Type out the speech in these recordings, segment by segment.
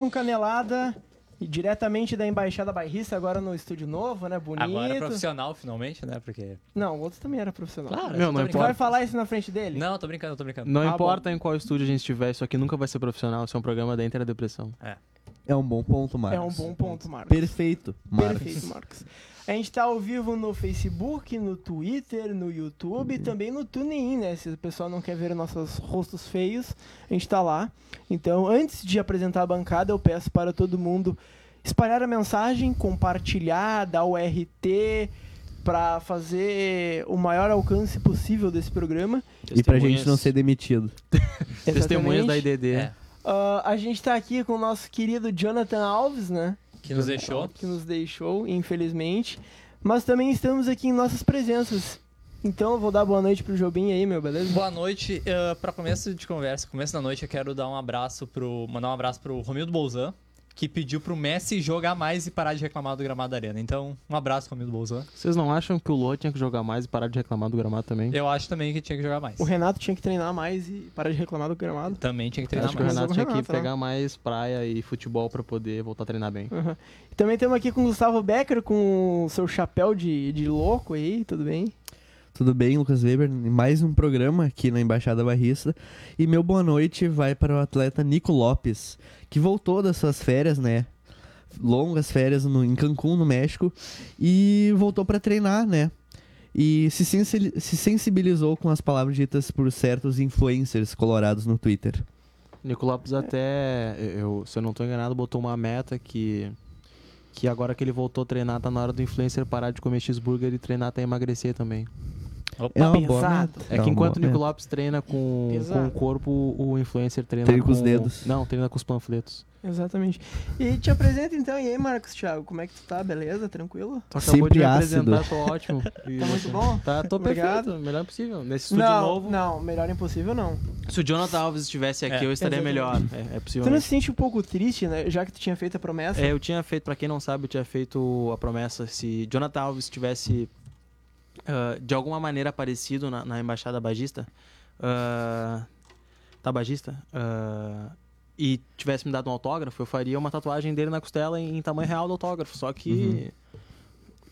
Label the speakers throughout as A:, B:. A: um Canelada e diretamente da Embaixada Bairrista, agora no estúdio novo, né? Bonito.
B: Agora é profissional, finalmente, né? Porque.
A: Não, o outro também era profissional.
B: Claro, eu
C: Meu,
B: tô
C: não
A: Tu
B: brincando.
A: vai falar isso na frente dele?
B: Não, tô brincando, tô brincando.
C: Não
A: Ah,
C: importa em qual estúdio a gente estiver, isso aqui nunca vai ser profissional, isso é um programa da Inter Depressão.
D: É um bom ponto, Marcos.
A: É um bom ponto, Marcos.
D: Perfeito, Marcos.
A: Perfeito, Marcos. A gente tá ao vivo no Facebook, no Twitter, no YouTube e também no TuneIn, né? Se o pessoal não quer ver nossos rostos feios, a gente tá lá. Então, antes de apresentar a bancada, eu peço para todo mundo espalhar a mensagem, compartilhar, dar o RT para fazer o maior alcance possível desse programa.
D: E pra gente não ser demitido.
C: Testemunhas da
A: Exatamente.
C: IDD.
B: É,
A: Ah, a gente tá aqui com o nosso querido Jonathan Alves, né?
B: que nos deixou.
A: que nos deixou, infelizmente. Mas também estamos aqui em nossas presenças. Então eu vou dar boa noite pro Jobim aí, meu, beleza?
B: Boa noite. eh, pra começo de conversa, começo da noite, eu quero dar um abraço pro. Mandar um abraço pro Romildo Bolzan, que pediu pro Messi jogar mais e parar de reclamar do gramado da arena. Então, um abraço, Romildo Bolzan.
C: Vocês não acham que o Lua tinha que jogar mais e parar de reclamar do gramado também?
B: Eu acho também que tinha que jogar mais.
A: O Renato tinha que treinar mais e parar de reclamar do gramado.
B: Também tinha que
C: Acho
B: treinar
C: que o
B: mais.
A: Resolve
C: Renato
A: o
C: tinha
A: Renato,
C: que
A: né?
C: pegar mais praia e futebol pra poder voltar a treinar bem.
A: Aham. E Também estamos aqui com o Gustavo Becker, com o seu chapéu de, de louco aí, tudo bem?
D: Tudo bem, Lucas Weber? Mais um programa aqui na Embaixada Barrista. E meu boa noite vai para o atleta Nico Lopes, que voltou das suas férias, né? Longas férias no, em Cancún, no México, e voltou para treinar, né? E se, sensi- se sensibilizou com as palavras ditas por certos influencers colorados no Twitter.
C: Nico Lopes até, eu- se eu não tô enganado, botou uma meta que que agora que ele voltou a treinar, tá na hora do influencer parar de comer cheeseburger e treinar até emagrecer também.
D: É uma
A: Tá Pesado.
D: meta.
C: É
D: uma
C: que enquanto o
D: boa
C: Nico
D: meta.
C: Lopes treina com, com
A: Pesado.
C: o corpo, o influencer treina
D: Treina com os
C: com-
D: dedos.
C: Não, treina com os panfletos.
A: Exatamente. E te apresento então, e aí, Marcos Thiago, como é que tu tá? Beleza? Tranquilo?
C: Tu acabou de
D: Sempre
C: me
D: ácido.
C: apresentar, tô ótimo. E
A: Tá muito
C: você?
A: bom?
C: Tá, tô
A: Obrigado.
C: perfeito, melhor possível. Nesse estúdio
A: não,
C: novo.
A: não, melhor impossível não.
C: Se o Jonathan Alves estivesse aqui,
B: É,
C: eu estaria melhor.
A: exatamente.
C: É, é
A: Tu
C: possível.
A: não
C: mesmo.
A: se sente um pouco triste, né? Já que tu tinha feito a promessa.
C: É, eu tinha feito, pra quem não sabe, eu tinha feito a promessa se Jonathan Alves tivesse ah, de alguma maneira aparecido na, na embaixada bagista, ah, tabagista, ah, e tivesse me dado um autógrafo, eu faria uma tatuagem dele na costela em, em tamanho real do autógrafo. Só que
A: Uhum.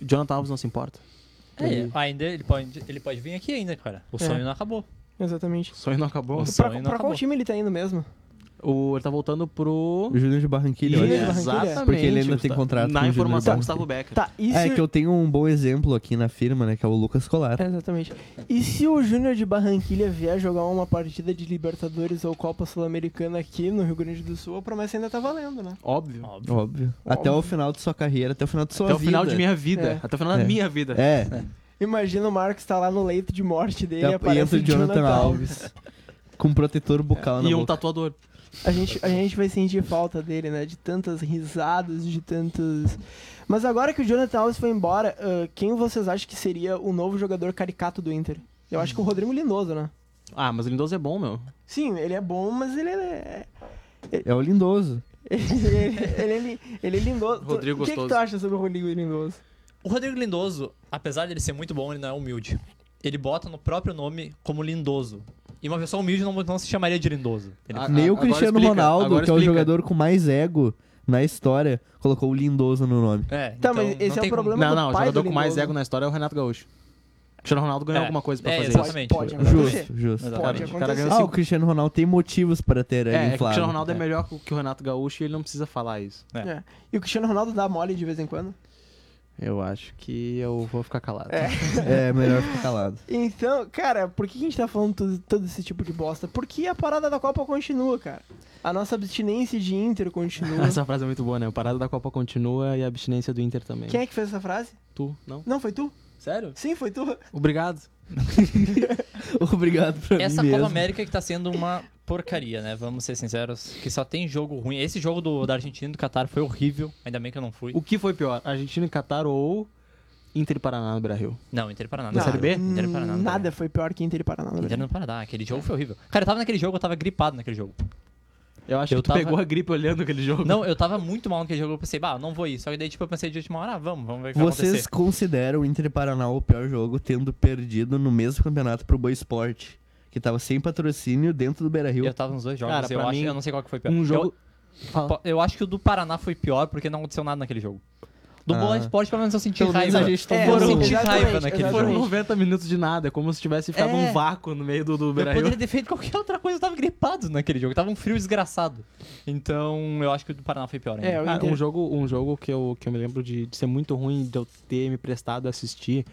C: Jonathan Alves não se importa.
B: É, ainda ele pode, ele pode vir aqui ainda, cara.
C: É.
B: O sonho não acabou.
A: Exatamente.
C: O sonho não acabou.
B: O
A: Pra,
B: sonho não
A: pra qual
B: acabou.
A: time ele tá indo mesmo?
C: O, ele tá voltando pro.
D: O Júnior de Barranquilha,
A: Júnior de
D: olha.
A: Barranquilha.
C: Exatamente.
D: Porque ele ainda tem
C: Gustavo.
D: contrato com
C: Na
D: o Júnior
C: informação,
D: Barranquilha.
C: Gustavo Becker.
A: Tá, isso
D: É que eu tenho um bom exemplo aqui na firma, né? Que é o Lucas Colar.
A: É, Exatamente. E se o Júnior de Barranquilha vier jogar uma partida de Libertadores ou Copa Sul-Americana aqui no Rio Grande do Sul, a promessa ainda tá valendo, né?
C: Óbvio.
B: Óbvio.
D: Óbvio. Até o final de sua carreira, até o final de sua
C: Até o
D: vida.
C: final de minha vida.
A: É.
C: Até o final
D: É.
C: da minha vida.
D: É.
A: Imagina o Marcos tá lá no leito de morte dele e
D: E
A: aparece
D: entra
A: o Tá Jonathan, Alves.
D: Com protetor bucal na
C: E um
D: boca.
C: tatuador.
A: A gente, a gente vai sentir falta dele, né? De tantas risadas, de tantos... Mas agora que o Jonathan Alves foi embora, ah, quem vocês acham que seria o novo jogador caricato do Inter? Eu acho que o Rodrigo Lindoso, né?
C: Ah, mas o Lindoso é bom, meu.
A: Sim, ele é bom, mas ele é...
D: É o lindoso.
A: Ele, ele, ele, ele é lindoso.
C: Rodrigo
A: o que, que tu
C: gostoso.
A: acha sobre o Rodrigo Lindoso?
B: O Rodrigo Lindoso, apesar dele ser muito bom, ele não é humilde. Ele bota no próprio nome como Lindoso. E uma pessoa humilde não, não se chamaria de Lindoso. Ele-
C: Ah,
D: Nem o
C: agora
D: Cristiano
C: explica,
D: Ronaldo,
C: agora
D: que é o
C: explica.
D: jogador com mais ego na história, colocou o lindoso no nome.
B: É,
A: Tá, mas esse
B: não
A: é o
B: tem
A: problema
C: Não,
A: do
C: não, o
A: pai
C: jogador
A: do
C: com mais
A: Lindoso.
C: ego na história é o Renato Gaúcho. O Cristiano Ronaldo ganhou
B: É,
C: alguma coisa pra
B: é,
C: fazer isso.
B: exatamente.
A: Pode, pode acontecer.
D: Justo, justo.
C: Exatamente.
A: Pode
C: O cara ganhou
D: Ah, o
C: cinco...
D: Cristiano Ronaldo tem motivos para ter
C: Assim É, é
D: ego
C: que o
D: inflado.
C: Cristiano Ronaldo é. melhor que o Renato Gaúcho e ele não precisa falar isso.
B: É.
A: É. E o Cristiano Ronaldo dá mole de vez em quando.
C: Eu acho que eu vou ficar calado.
D: É, melhor ficar calado.
A: Então, cara, por que a gente tá falando tudo, todo esse tipo de bosta? Porque a parada da Copa continua, cara. A nossa abstinência de Inter continua.
C: Essa frase é muito boa, né? O parada da Copa continua e a abstinência do Inter também.
A: Quem é que fez essa frase?
C: Tu? Não?
A: Não, foi tu?
C: Sério?
A: Sim, foi tu.
C: Obrigado.
D: Obrigado pra
B: Essa
D: mim
B: Copa
D: mesmo.
B: América que tá sendo uma porcaria, né? Vamos ser sinceros, que só tem jogo ruim. Esse jogo do, da Argentina e do Catar foi horrível, ainda bem que eu não fui.
C: O que foi pior? Argentina e Catar ou Inter e Paraná no Brasil?
B: Não, Inter e Paraná.
C: Na
B: não.
C: Série B?
B: Inter e Paraná. não.
A: hum, Nada foi pior que Inter e Paraná. na
B: Inter
A: verdade.
B: no Paraná, aquele jogo foi horrível. Cara, eu tava naquele jogo, eu tava gripado naquele jogo.
C: Eu acho
B: Eu
C: que tu
B: tava-
C: pegou a gripe olhando aquele jogo.
B: Não, eu tava muito mal naquele jogo, eu pensei, bah, eu não vou ir. Só que daí, tipo, eu pensei de última hora, ah, vamos, vamos ver o que vai
D: Vocês
B: acontecer.
D: consideram o Inter e Paraná o pior jogo, tendo perdido no mesmo campeonato pro Boa Esporte, que tava sem patrocínio dentro do Beira Rio.
B: Eu tava nos dois jogos, assim,
C: Cara,
B: eu
C: pra
B: acho,
C: mim,
B: eu não sei qual que foi pior.
C: Um jogo,
B: Eu-
A: Fala.
B: Po- Eu acho que o do Paraná foi pior porque não aconteceu nada naquele jogo. Do
D: Ah.
B: Boa Esporte, pelo menos eu senti
E: Pelo menos
B: raiva.
E: a gente
A: É,
E: tomou
B: eu
E: um-
B: senti
A: exatamente,
B: raiva naquele
A: exatamente.
C: Foram
B: jogo.
C: 90 minutos de nada, é como se tivesse ficado
B: É.
C: um vácuo no meio do, do
B: Eu
C: Beira-Rio.
B: poderia ter feito qualquer outra coisa, eu tava gripado naquele jogo, tava um frio desgraçado. Então eu acho que o do Paraná foi pior ainda.
A: É, o
C: Ah,
A: Inter-
C: um jogo, um jogo que, eu, que eu me lembro de, de ser muito ruim, de eu ter me prestado a assistir.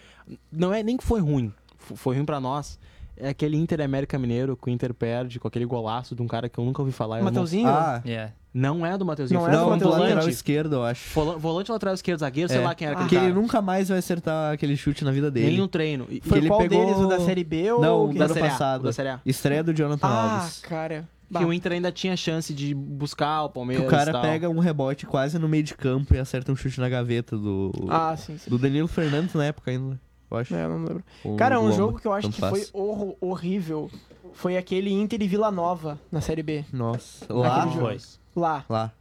C: Não é nem que foi ruim, f- foi ruim pra nós. É aquele Inter América Mineiro que o Inter perde com aquele golaço de um cara que eu nunca ouvi falar. eu não-
A: Mateuzinho?
D: Ah,
B: Yeah.
C: Não é do Mateuzinho.
A: Não
C: foi
A: é
C: um
D: não, do
A: volante.
D: lateral esquerdo, eu acho.
C: vola- Volante lateral esquerdo, zagueiro, sei
D: É.
C: lá quem era
A: Ah.
C: aquele
D: Que ele
C: cara.
D: nunca mais vai acertar aquele chute na vida
C: Nem
D: dele.
C: no treino. E-
A: Foi
D: ele
A: qual
D: pegou-
A: deles? O da Série B ou
D: Não,
A: o que-
D: da
C: da
D: ano
C: Série A,
D: passado.
C: da Série A.
D: Estreia do Jonathan
A: Ah,
D: Alves.
A: cara. Bah.
C: Que o Inter ainda tinha chance de buscar o
D: Que
C: Palmeiras
D: o
C: e
D: cara
C: tal.
D: pega um rebote quase no meio de campo e acerta um chute na gaveta do,
A: Ah, sim, sim.
D: do Danilo Fernandes na época ainda, eu acho.
A: É, não lembro.
D: Ou
A: Cara,
D: do
A: um
D: Lomba,
A: jogo que eu acho
D: tanto
A: que
D: faz.
A: foi horro- horrível foi aquele Inter e Vila Nova na Série B.
D: Nossa, lá,
A: Aquele jogo. Lá.
D: lá. tá.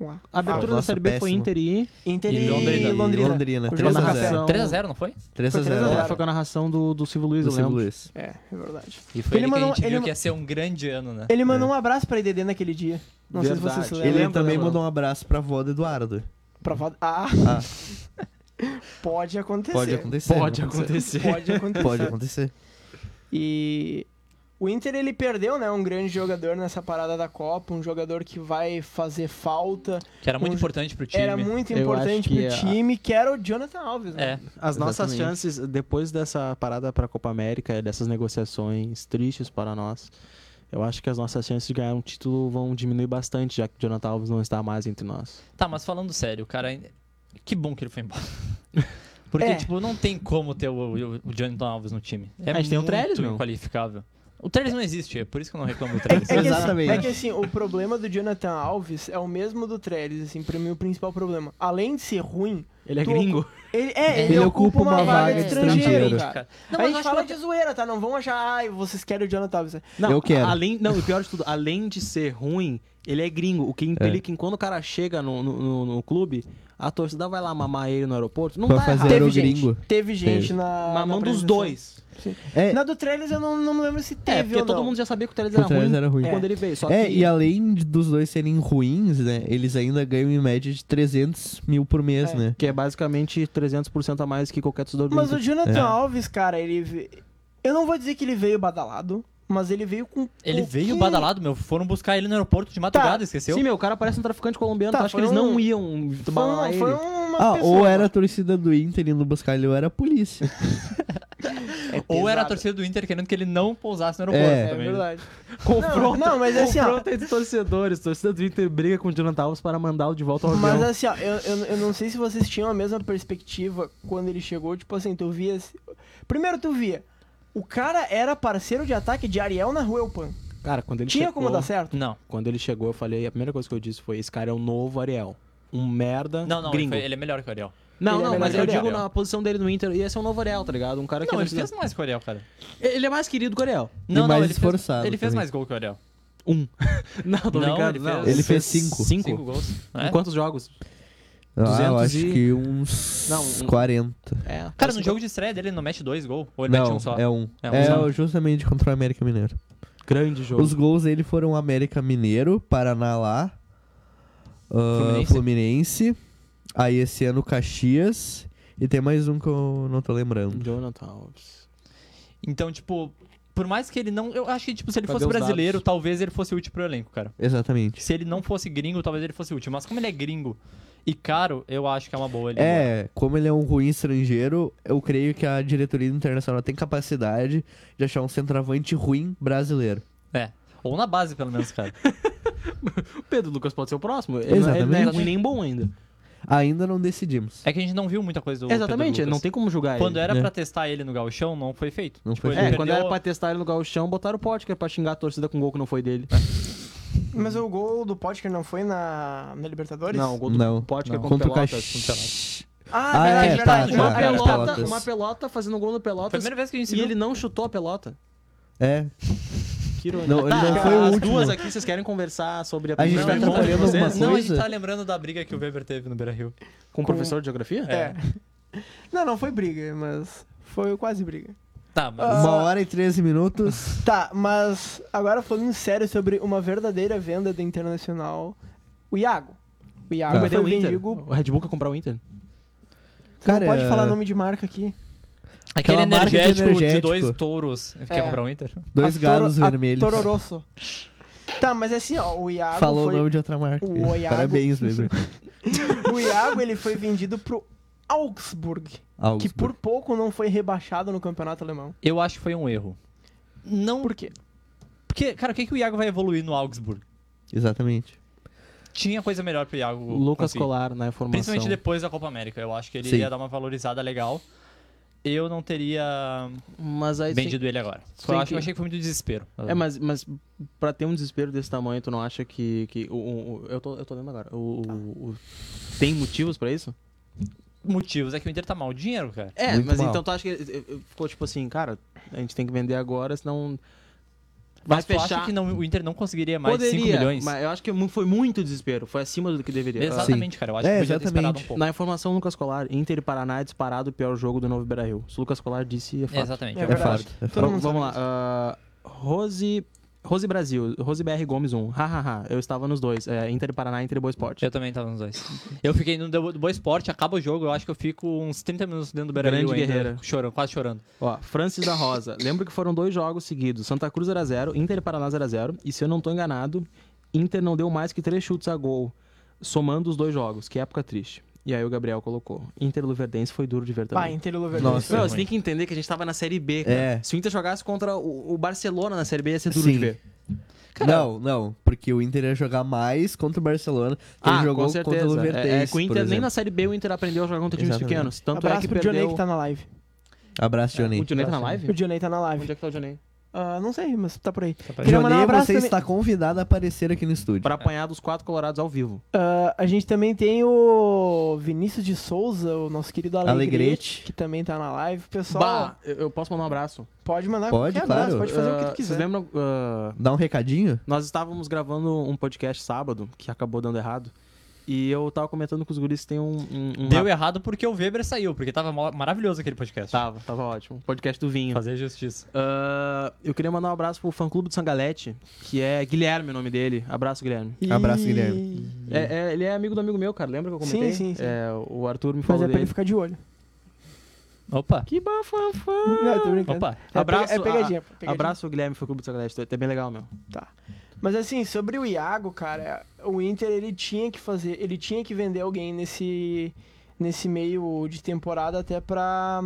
A: lá.
C: Tá, A abertura da
D: Nossa,
C: Série B foi
D: péssimo.
C: Inter e...
A: Inter
B: E
A: e
B: Londrina.
A: Londrina.
D: Londrina.
A: Com
D: 3 a
A: jogo do
D: 0.
C: Marcação.
B: 3x0, não foi?
D: 3 a
A: Foi
D: 0.
A: 3 a 0.
C: Foi com a narração do, do Silvio Luiz,
D: Do
C: eu
D: Silvio
C: lembro.
D: Luiz.
A: É, é verdade.
B: E foi
A: Ele
B: ele, que
A: mandou-
B: a gente
A: ele
B: viu
A: ma-
B: que ia ser um grande ano, né?
A: Ele mandou um abraço pra IDD naquele dia. Não sei se
C: Verdade.
A: você se
C: Eu
D: Ele
A: lembra. né,
C: lembro,
D: também
C: lembro.
D: mandou um abraço pra avó do Eduardo.
A: Pra vó- Ah, pode acontecer.
D: Pode acontecer.
C: Pode
D: né?
C: acontecer.
A: Pode acontecer.
D: Pode acontecer.
A: E o Inter ele perdeu, né, um grande jogador nessa parada da Copa, um jogador que vai fazer falta.
B: Que era muito
A: Um-
B: importante pro time.
A: Era muito
C: Eu
A: importante
C: acho
A: pro
C: que a-
A: time, que era o Jonathan Alves, né?
B: É.
C: As nossas
D: Exatamente.
C: chances, depois dessa parada para a Copa América, dessas negociações tristes para nós, eu acho que as nossas chances de ganhar um título vão diminuir bastante, já que o Jonathan Alves não está mais entre nós.
B: Tá, mas falando sério, o cara. ainda- Que bom que ele foi embora. Porque,
A: É.
B: tipo, não tem como ter o, o, o Jonathan Alves no time. É
C: A gente tem o
B: muito
C: Trellis, meu.
B: inqualificável. O Trellis não existe, é por isso que eu não reclamo do Trellis.
A: É que, assim,
D: Exatamente.
A: é que assim, o problema do Jonathan Alves é o mesmo do Trellis, assim, pra mim o principal problema. Além de ser ruim,
C: Ele é
A: Tu-
C: gringo.
A: ele, é,
B: Ele
A: ele, ocupa uma, vaga de
D: estrangeiro,
A: estrangeiro,
B: exatamente,
A: cara. a
B: Não, mas eu
A: gente
B: acho
A: fala
B: que-
A: de zoeira, tá? Não vão achar, ai, vocês querem o Jonathan Alves.
C: Não,
D: Eu quero.
C: Além, não, e pior de tudo, além de ser ruim, ele é gringo, o que implica que quando o cara chega no, no, no- no clube, a torcida vai lá mamar ele no aeroporto. Não
D: Pra
C: tá
D: fazer
C: errado.
D: Era o
A: Teve gente,
D: gringo.
A: teve gente
D: Teve.
A: na. na
C: Mamando os
A: apresentação.
C: dois.
D: É,
A: Na do Trellis eu não, não me lembro se teve
C: É, porque
A: ou não.
C: todo mundo já sabia que o Teles
D: Que o
C: era,
D: Telles
C: ruim
D: era é ruim.
C: quando ele veio. Só
D: é,
C: que
D: e além de- dos dois serem ruins, né? Eles ainda ganham em média de 300 mil por mês,
A: É.
D: né?
C: Que é basicamente 300% a mais que qualquer torcedor do
A: Mas o
C: Inter.
A: Jonathan
D: É.
A: Alves, cara, ele. ve- Eu não vou dizer que ele veio badalado, mas ele veio com.
B: Ele
A: um
B: veio
A: pouquinho-
B: badalado, meu. Foram buscar ele no aeroporto de madrugada, esqueceu?
C: Sim, meu, o cara parece um traficante colombiano.
A: Tá,
C: tu acha
A: foi
C: que eles
A: um-
C: não iam
A: Foi,
C: balar
A: uma-
C: ele?
A: foi um- uma
D: Ah,
A: pessoa.
D: ou era a torcida do Inter indo buscar ele, ou era a polícia.
A: É
B: Ou era a
A: pesado.
B: torcida do Inter querendo que ele não pousasse no aeroporto né,
D: É.
A: É
B: também.
A: verdade.
C: Confronto.
A: Não, não, mas assim, ó.
C: Confronto entre torcedores. Torcida do Inter briga com o Jonathan Alves para mandá-lo de volta ao
A: Mas
C: avião.
A: assim, ó, eu, eu, eu não sei se vocês tinham a mesma perspectiva quando ele chegou. Tipo assim, tu via. esse- Primeiro, tu via. O cara era parceiro de ataque de Ariel na Ruelpan.
C: Cara, quando ele
A: é- Tinha
C: chegou...
A: como dar certo?
B: Não.
C: Quando ele chegou, eu falei... A primeira coisa que eu disse foi, esse cara é o novo Ariel. Um merda
B: Não, não, ele,
C: gringo.
B: foi- ele é melhor que o Ariel.
C: Não,
A: ele é
C: não,
A: melhor
C: mas
A: que o
C: eu
A: Ariel.
C: digo na posição dele no Inter. E esse é o novo Ariel, tá ligado? Um cara que...
B: Não,
C: é
B: ele fez
C: torcida-
B: mais que o Ariel, cara.
C: ele é mais querido que o Ariel.
B: Não, não,
D: mais
B: ele
D: esforçado
B: Fez, ele fez
D: também.
B: mais gol que o Ariel.
C: Um. não, tô
B: Não,
C: brincando.
B: ele
C: não.
B: fez-
D: Ele fez cinco.
C: Cinco?
B: Cinco gols.
C: Em
B: né?
C: quantos jogos?
D: Ah, eu
C: 200
D: acho
C: e-
D: que uns
C: Não, um-
D: 40.
C: É.
B: Cara, no jogo de estreia dele ele não mete dois gols? Ou ele mete
D: Não,
B: um só?
D: é um.
B: É
D: É,
B: um só.
D: o- justamente contra o América Mineiro.
C: Grande jogo.
D: Os gols dele foram América Mineiro, Paraná lá, ah,
B: Fluminense.
D: Fluminense, aí esse ano Caxias, e tem mais um que eu não tô lembrando.
C: Jonathan Alves.
B: Então, tipo, por mais que ele não. Eu acho que, tipo, se ele
C: Cadê
B: fosse
C: os
B: brasileiro,
C: dados?
B: talvez ele fosse útil pro elenco, cara.
D: Exatamente.
B: Se ele não fosse gringo, talvez ele fosse útil. Mas como ele é gringo e caro, eu acho que é uma boa ele. ir embora.
D: É, como ele é um ruim estrangeiro, eu creio que a diretoria do internacional tem capacidade de achar um centroavante ruim brasileiro.
B: É. Ou na base, pelo menos, cara.
C: O Pedro Lucas pode ser o próximo. Ele, não- ele não é
D: Exatamente.
C: ruim nem bom ainda.
D: Ainda não decidimos.
B: É que a gente não viu muita coisa do. Pedro
C: Exatamente,
B: Lucas.
C: não tem como julgar
B: Quando
C: ele.
B: era
D: né?
B: pra testar ele no gauchão, não foi feito. Tipo,
D: Não foi
B: ele
D: feito.
C: É, quando
B: perdeu-
C: era pra testar ele no gauchão, botaram o Potker pra xingar a torcida com um gol que não foi dele.
A: Mas o gol do Potker não foi na, na Libertadores?
C: Não, o gol do
D: Não.
C: Potker
B: Não.
C: contra o Pelotas.
D: Caxias.
A: Ah,
D: Ah,
A: verdade,
D: é,
A: verdade.
D: tá,
A: Uma
C: Uma,
D: tá.
A: pena.
D: Pelotas.
C: pelota, uma pelota fazendo gol no
B: Foi a
C: Pelotas
B: primeira vez que a gente se
C: e
B: viu.
C: ele não chutou a pelota.
D: É,
C: Que ironia.
D: Não, ele não
C: Tá,
D: foi o
C: As
D: último.
C: duas aqui, vocês querem conversar sobre a
D: A gente
B: Não,
D: tá
B: é bom,
C: primeira
D: atrapalhando
C: impressão de
D: alguma
C: vocês?
B: Não, a
D: coisa?
B: gente tá lembrando da briga que o Weber teve no Beira Rio.
C: Com o professor de geografia?
A: É. Não, não foi briga, mas foi quase briga.
B: Tá, mas.
A: Ah.
D: uma hora e 13 minutos.
A: Tá, mas agora falando sério sobre uma verdadeira venda do Internacional, O Iago. O Iago
D: Ah.
A: foi
C: Vendeu o Inter.
A: vendido.
C: O Red Bull quer comprar o Inter.
A: Você não
D: Cara,
A: pode falar
D: é-
A: nome de marca aqui.
B: Aquele
D: Aquela marca de
B: energético, de
D: energético.
B: dois touros. Quer
A: É.
B: comprar um Inter?
D: Dois
A: A
D: galos
A: Toro- a
D: vermelhos.
A: Tororosso. Tá, mas assim, ó, o Iago
D: Falou
A: foi...
D: o nome de outra marca.
A: O Iago-
D: Parabéns, Weber.
A: O Iago, ele foi vendido pro Augsburg, que
D: Augsburg.
A: por pouco não foi rebaixado no campeonato alemão.
B: Eu acho que foi um erro. Não.
A: Por quê?
B: Porque, cara, o que, que o Iago vai evoluir no Augsburg?
D: Exatamente.
B: Tinha coisa melhor pro Iago.
C: O Lucas
B: conseguir.
C: Colar na formação.
B: Principalmente depois da Copa América. Eu acho que ele
D: Sim.
B: ia dar uma valorizada legal. Eu não teria
C: Mas aí tu tem-
B: vendido ele agora.
C: tem
B: Eu, acho,
C: que-
B: eu achei que foi muito desespero.
C: É, mas, mas pra ter um desespero desse tamanho, tu não acha que. que o, o- o- eu, tô, eu tô lendo agora. O, o- o- tem motivos pra isso?
B: Motivos é que o Inter tá mal de dinheiro, cara.
C: É,
D: Muito
C: mas
D: mal.
C: então tu acha que. eh, eh, Ficou tipo assim, cara, a gente tem que vender agora, senão. Vai
B: mas tu acha
C: fechar.
B: que não- o Inter não conseguiria mais de
C: Poderia,
B: 5 milhões?
C: Mas eu acho que mu- foi muito desespero. Foi acima do que deveria.
B: Exatamente, cara. Eu acho
D: É,
B: que podia ter esperado um
D: exatamente.
C: Ah,
B: pouco.
C: Na informação, Lucas Colar, Inter e Paraná é disparado o pior jogo do Novo Beira Rio. Se o Lucas Colar disse, é fato.
B: Exatamente.
A: É
D: É
A: verdade.
D: fato. É
A: Todo
D: fato.
A: mundo
C: Vamos, vamos lá.
A: sabe
C: ah, Rose. Rose Brasil, Rose BR Gomes 1. Hahaha, eu estava nos dois. É, Inter e Paraná, Inter e Boa Esporte.
B: Eu também tava nos dois. Eu fiquei no do Boa Esporte, acaba o jogo, eu acho que eu fico uns 30 minutos dentro do Beira
C: Grande guerreira.
B: chorando, quase chorando.
C: Ó, Francis da Rosa. Lembro que foram dois jogos seguidos. Santa Cruz 0x0, Inter e Paraná 0x0. E se eu não tô enganado, Inter não deu mais que três chutes a gol, somando os dois jogos. Que época triste. E aí o Gabriel colocou. Inter e Luverdense foi duro de ver
A: Pá,
C: também.
A: Inter e Luverdense.
D: Nossa.
C: Não,
B: foi
C: você
B: ruim.
C: tem que entender que a gente tava na Série B, cara.
D: É.
C: Se o Inter jogasse contra o, o Barcelona na Série B, ia ser duro
D: Sim.
C: de ver.
D: Não, não. Porque o Inter ia jogar mais contra o Barcelona. Que ele jogou
C: com certeza.
D: contra o
C: é,
D: Luverdense.
C: é, que o
D: por
C: Inter, nem
D: exemplo.
C: na Série B o Inter aprendeu a jogar contra times
D: Exatamente.
C: pequenos. Tanto
A: Abraço
C: é que
A: pro Dionei
C: perdeu...
A: que tá na live.
D: Abraço, É, Johnny.
C: O Dionei tá na
A: O
C: live?
A: Dionei tá na live.
C: Onde é que tá o Dionei?
A: Ah, não sei, mas tá por aí. Queria mandar um
D: Johnny,
A: abraço
D: você
A: também-
D: está convidado a aparecer aqui no estúdio.
C: Pra apanhar dos quatro colorados ao vivo.
A: Ah, a gente também tem o Vinícius de Souza, o nosso querido Alegrete,
D: Alegrete.
A: que também tá na live. Pessoal,
C: Bah, eu- eu posso mandar um abraço?
A: pode mandar
D: Pode,
A: qualquer
D: claro.
A: abraço, pode fazer o que
C: Ah,
A: tu quiser.
C: Vocês lembram? ah,
D: Dá um recadinho?
C: nós estávamos gravando um podcast sábado, que acabou dando errado. E eu tava comentando com os guris que tem um. um, um
B: Deu errado porque o Weber saiu, porque tava mo- maravilhoso aquele podcast.
C: Tava, tava ótimo. Um Podcast do vinho.
B: Fazer justiça.
C: Ah, eu queria mandar um abraço pro fã clube do Sangalete, que é Guilherme o nome dele. Abraço, Guilherme.
D: Abraço,
A: E-
D: Guilherme.
C: É, é, ele é amigo do amigo meu, cara. Lembra que eu comentei?
A: Uhum. Sim, sim, sim.
C: É, o Arthur me
A: Mas
C: falou
A: é pra ele
C: dele.
A: ficar de olho.
B: Opa.
C: Que bafafá!
A: Não, tô brincando.
B: Opa.
A: É,
C: Abraço,
A: pe- é
D: ah,
A: pegadinha, pegadinha.
C: Abraço, Guilherme, fã clube do Sangalete. É bem legal, meu.
A: Mas assim, sobre o Iago, cara, o Inter ele tinha que fazer, ele tinha que vender alguém nesse nesse meio de temporada até pra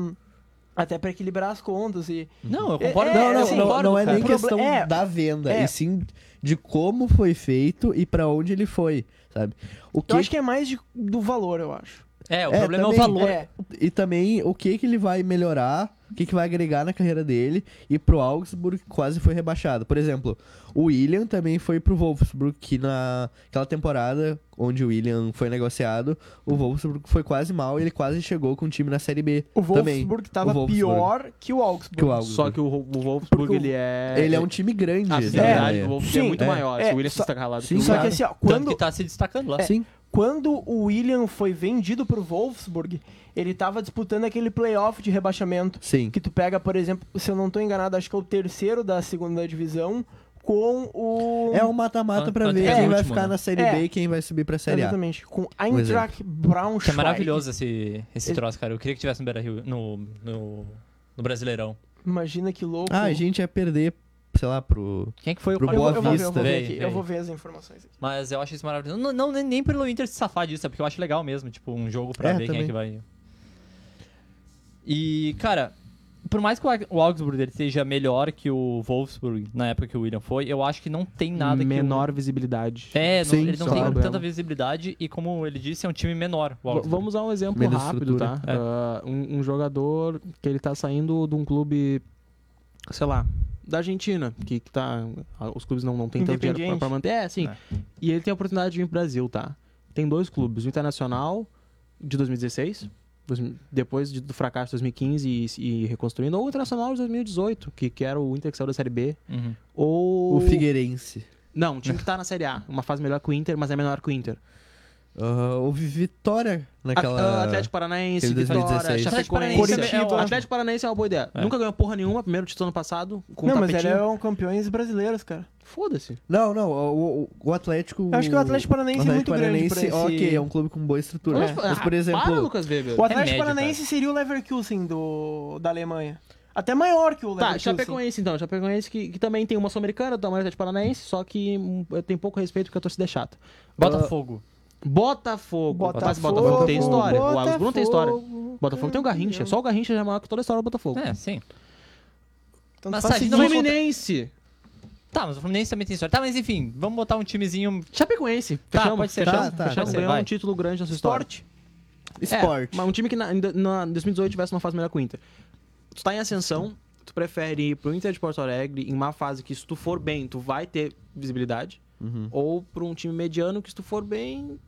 A: até para equilibrar as contas e
B: Não, eu
A: É,
B: concordo.
A: é,
D: não, não,
A: assim,
D: não,
B: concordo,
D: não é
B: cara.
D: nem
A: Proble-
D: questão
A: é.
D: da venda,
A: É.
D: e sim de como foi feito e pra onde ele foi, sabe? O que,
A: eu acho que é mais de- do valor, eu acho.
B: É, o
D: É,
B: problema é o
D: também.
B: valor.
A: É,
D: E também o que que ele vai melhorar, o que que vai agregar na carreira dele e pro Augsburg que quase foi rebaixado. Por exemplo, o William também foi pro Wolfsburg que naquela temporada onde o William foi negociado, o Wolfsburg foi quase mal, e ele quase chegou com o time na Série B
A: o
D: também.
A: Wolfsburg tava
D: o Wolfsburg.
A: pior que o Augsburg.
D: Que o Augsburg.
C: Só que o, o Wolfsburg,
A: o-
C: ele é.
D: ele é um time grande,
C: Ah,
D: né?
C: na verdade, o Wolfsburg é
A: Sim,
C: muito
D: é.
C: maior.
A: É,
C: Se o tá William
A: só-
C: está ralado
D: sim,
A: Só
D: claro. tá.
A: que assim, ó,
B: Tanto
A: quando
B: que tá se destacando
A: é.
B: lá.
D: Sim.
A: quando o William foi vendido pro Wolfsburg, ele tava disputando aquele playoff de rebaixamento.
D: Sim.
A: Que tu pega, por exemplo, se eu não tô enganado, acho que é o terceiro da segunda divisão com o.
D: É um mata-mata pra
B: Ante-
D: ver
B: é,
D: quem vai
B: último,
D: ficar
B: né?
D: na Série
A: É.
D: B e quem vai subir pra Série A. é.
A: Exatamente. Com
D: exemplo.
A: Eintracht Braunschweig.
B: Que é maravilhoso esse, esse
A: Esse-
B: troço, cara. Eu queria que tivesse no Beira Rio, no, no, no Brasileirão.
A: Imagina que louco.
D: Ah, a gente ia perder, sei lá, pro.
B: Quem é que foi
D: Pro
B: o
A: eu, vou-
D: Boa
A: eu vou ver, eu
D: Vista.
A: vou ver
B: Vem,
A: aqui.
B: vem.
A: Eu vou ver as informações aqui.
B: Mas eu acho isso maravilhoso. Não, não, nem- nem pelo Inter se safar disso, é porque eu acho legal mesmo, tipo, um jogo pra
D: É,
B: ver quem é
D: também.
B: que vai. E, cara, por mais que o Au- o Augsburg ele seja melhor que o Wolfsburg na época que o William foi, eu acho que não tem nada
C: menor visibilidade.
B: que. O... É, não-
D: Sim,
B: ele não
D: claro.
B: tem tanta
C: Problema.
B: visibilidade e, como ele disse, é um time menor. O
C: V-
B: Augsburg.
C: Vamos usar um exemplo
D: Menos
C: rápido, tá?
D: estrutura.
B: É.
C: Ah, um, um jogador que ele tá saindo de um clube, sei lá, da Argentina, que, que tá. ah, Os clubes não, não têm tanto dinheiro pra,
A: Independiente.
C: pra manter. É, sim.
B: É.
C: E ele tem a oportunidade de vir pro Brasil, tá? Tem dois clubes, o Internacional de 2016. dois mil- Depois de- do fracasso de 2015 e, e reconstruindo, ou o Internacional de 2018, que, que era o Inter que saiu da Série B,
B: Uhum.
C: ou.
D: O Figueirense.
C: Não, um time que tá na Série A. Uma fase melhor que o Inter, mas é menor que o Inter.
D: Ah, houve vitória
C: At-
D: naquela.
C: ah, Atlético Paranaense,
D: aquele
C: Vitória,
D: 2017.
C: Chapecoense.
B: Atlético Paranaense
A: também é
C: Atlético,
A: ótimo.
C: Paranaense é uma boa ideia.
B: É.
C: Nunca ganhou porra nenhuma, primeiro título ano passado, com
A: não,
C: um
A: mas é
C: tapetinho.
A: eram campeões brasileiros, cara.
C: Foda-se.
A: É.
D: Não, não, o, o- o Atlético.
A: Eu acho que o Atlético
D: o
A: Paranaense é muito
D: Atlético
A: grande pra
D: Paranaense,
A: esse...
D: ok, é um clube com boa estrutura.
C: Mas,
D: Mas, por
C: ah, Para,
D: exemplo,
C: Lucas Weber.
A: O Atlético
B: médio, cara.
A: Paranaense seria o Leverkusen do, da Alemanha. Até maior que o
C: Tá,
A: Leverkusen.
C: Chapecoense então. Chapecoense que, que também tem uma Sul-Americana, do tamanho do Atlético Paranaense, só que hum, tem pouco respeito porque a torcida é chata.
B: Botafogo.
C: Botafogo.
A: Botafogo,
C: Mas Botafogo tem história. o Alves Bruno tem história.
A: Botafogo,
C: Botafogo tem o Garrincha. Só o Garrincha já é maior que toda a história do Botafogo.
B: É, sim.
A: Então,
B: Mas
A: faz
B: sai-
A: sentido.
B: não-
C: Fluminense.
B: Tá, mas o Fluminense também tem história. Tá, mas enfim, vamos botar um timezinho.
C: Chapecoense.
B: Tá,
C: Fechamos,
B: pode ser,
C: fechamos,
D: tá, tá,
C: fechamos.
B: tá.
C: Ganhou um
B: Vai.
C: título grande na sua história.
A: Sport.
D: esporte.
C: É, mas um time que na, em do- na 2018 tivesse uma fase melhor que o Inter. Tu tá em ascensão, tu prefere ir pro Inter de Porto Alegre em uma fase que se tu for bem, tu vai ter visibilidade,
D: Uhum.
C: ou pra um time mediano que se tu for bem,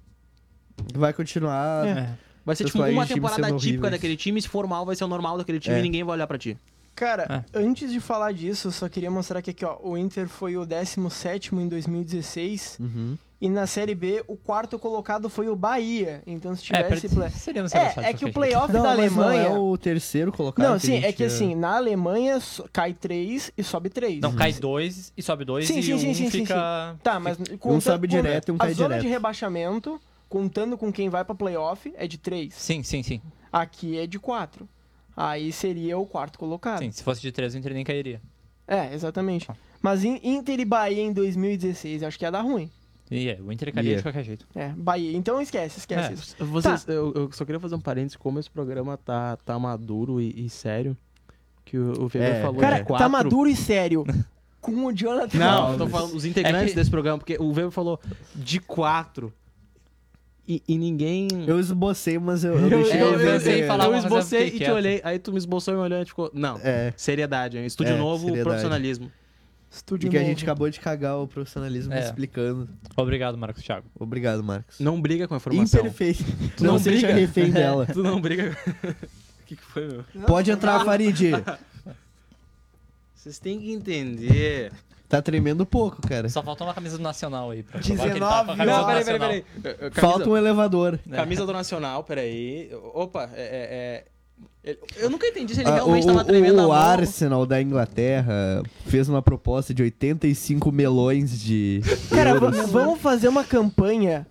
D: Vai continuar.
A: É.
C: vai ser
D: Seus
C: tipo uma
D: países, times
C: temporada
D: sendo
C: típica
D: horríveis.
C: daquele time, se for mal vai ser o normal daquele time
D: É.
C: e ninguém vai olhar pra ti.
A: Cara,
B: É.
A: antes de falar disso, eu só queria mostrar que aqui, ó, o Inter foi o 17 em 2016
D: Uhum.
A: e na Série B o quarto colocado foi o Bahia. Então se tivesse
B: é,
A: play...
B: per... seria um
A: É, é que o playoff
D: Não,
A: da
D: mas não
A: Alemanha.
D: é o terceiro colocado.
A: Não, sim, é
D: gente
A: que assim, na Alemanha so- cai três e sobe três.
B: Não, cai dois e sobe dois
A: Sim,
B: e
A: sim,
B: um
A: sim, sim, sim,
B: fica...
A: Tá, mas contando-
D: sobe
A: contando-
D: direto e um
A: a
D: cai
A: zona de
D: direto.
A: rebaixamento, contando com quem vai pra playoff, é de três.
B: Sim, sim, sim.
A: Aqui é de quatro. Aí seria o quarto colocado.
B: Sim, se fosse de três, o Inter nem cairia.
A: É, exatamente.
B: Ah.
A: Mas in- Inter e Bahia em 2016, acho que ia dar ruim.
B: E é, o Inter cairia
D: Ia.
B: de qualquer jeito.
A: É, Bahia. Então esquece, esquece
B: É.
A: isso.
C: Vocês, eu, eu só queria fazer um parênteses, como esse programa tá, tá maduro e, e sério, que o, o Weber
D: É,
C: falou
A: Cara,
C: de
D: é.
C: quatro...
A: tá maduro e sério. Com o Jonathan.
C: Não,
D: Não,
C: tô
D: mas-
C: falando os integrantes
B: É que-
C: desse programa, porque o Weber falou de quatro. E, e ninguém.
D: Eu esbocei, mas eu,
C: eu,
D: eu deixei.
B: eu
D: o
B: pensei em
D: Weber-
B: falar
C: eu
B: uma, mas eu
C: esbocei
B: fiquei
C: e te
B: quieto.
C: olhei. Aí tu me esboçou e me olhou e ficou. Não,
D: É.
C: seriedade, hein? Estúdio
D: É,
C: novo,
D: seriedade.
C: profissionalismo.
A: Estúdio
D: E que a
A: novo.
D: gente acabou de cagar o profissionalismo
B: É.
D: explicando.
B: Obrigado, Marcos Thiago.
D: Obrigado, Marcos.
C: Não briga com a informação.
D: Imperfeito.
C: não
D: Não, seja
C: briga. É.
D: refém dela.
C: Tu não briga com. O que, que foi, meu?
D: Pode entrar, Farid.
C: Vocês têm que entender.
D: Tá tremendo pouco, cara.
B: Só faltou uma camisa do Nacional aí. Pra
A: 19
B: provar que ele
A: Não,
B: tá com a camisa do
C: Não, peraí, peraí,
B: Nacional.
C: peraí. Eh, eh,
D: Falta um elevador.
C: camisa- Camisa do Nacional, peraí. Opa, é. é- é- ele- Eu nunca entendi se ele
D: Ah,
C: realmente
D: o,
C: tava
D: o-
C: tremendo a
D: o
C: mão.
D: Arsenal da Inglaterra fez uma proposta de 85 melões de.
A: Cara,
D: euros.
A: v- vamos fazer uma campanha.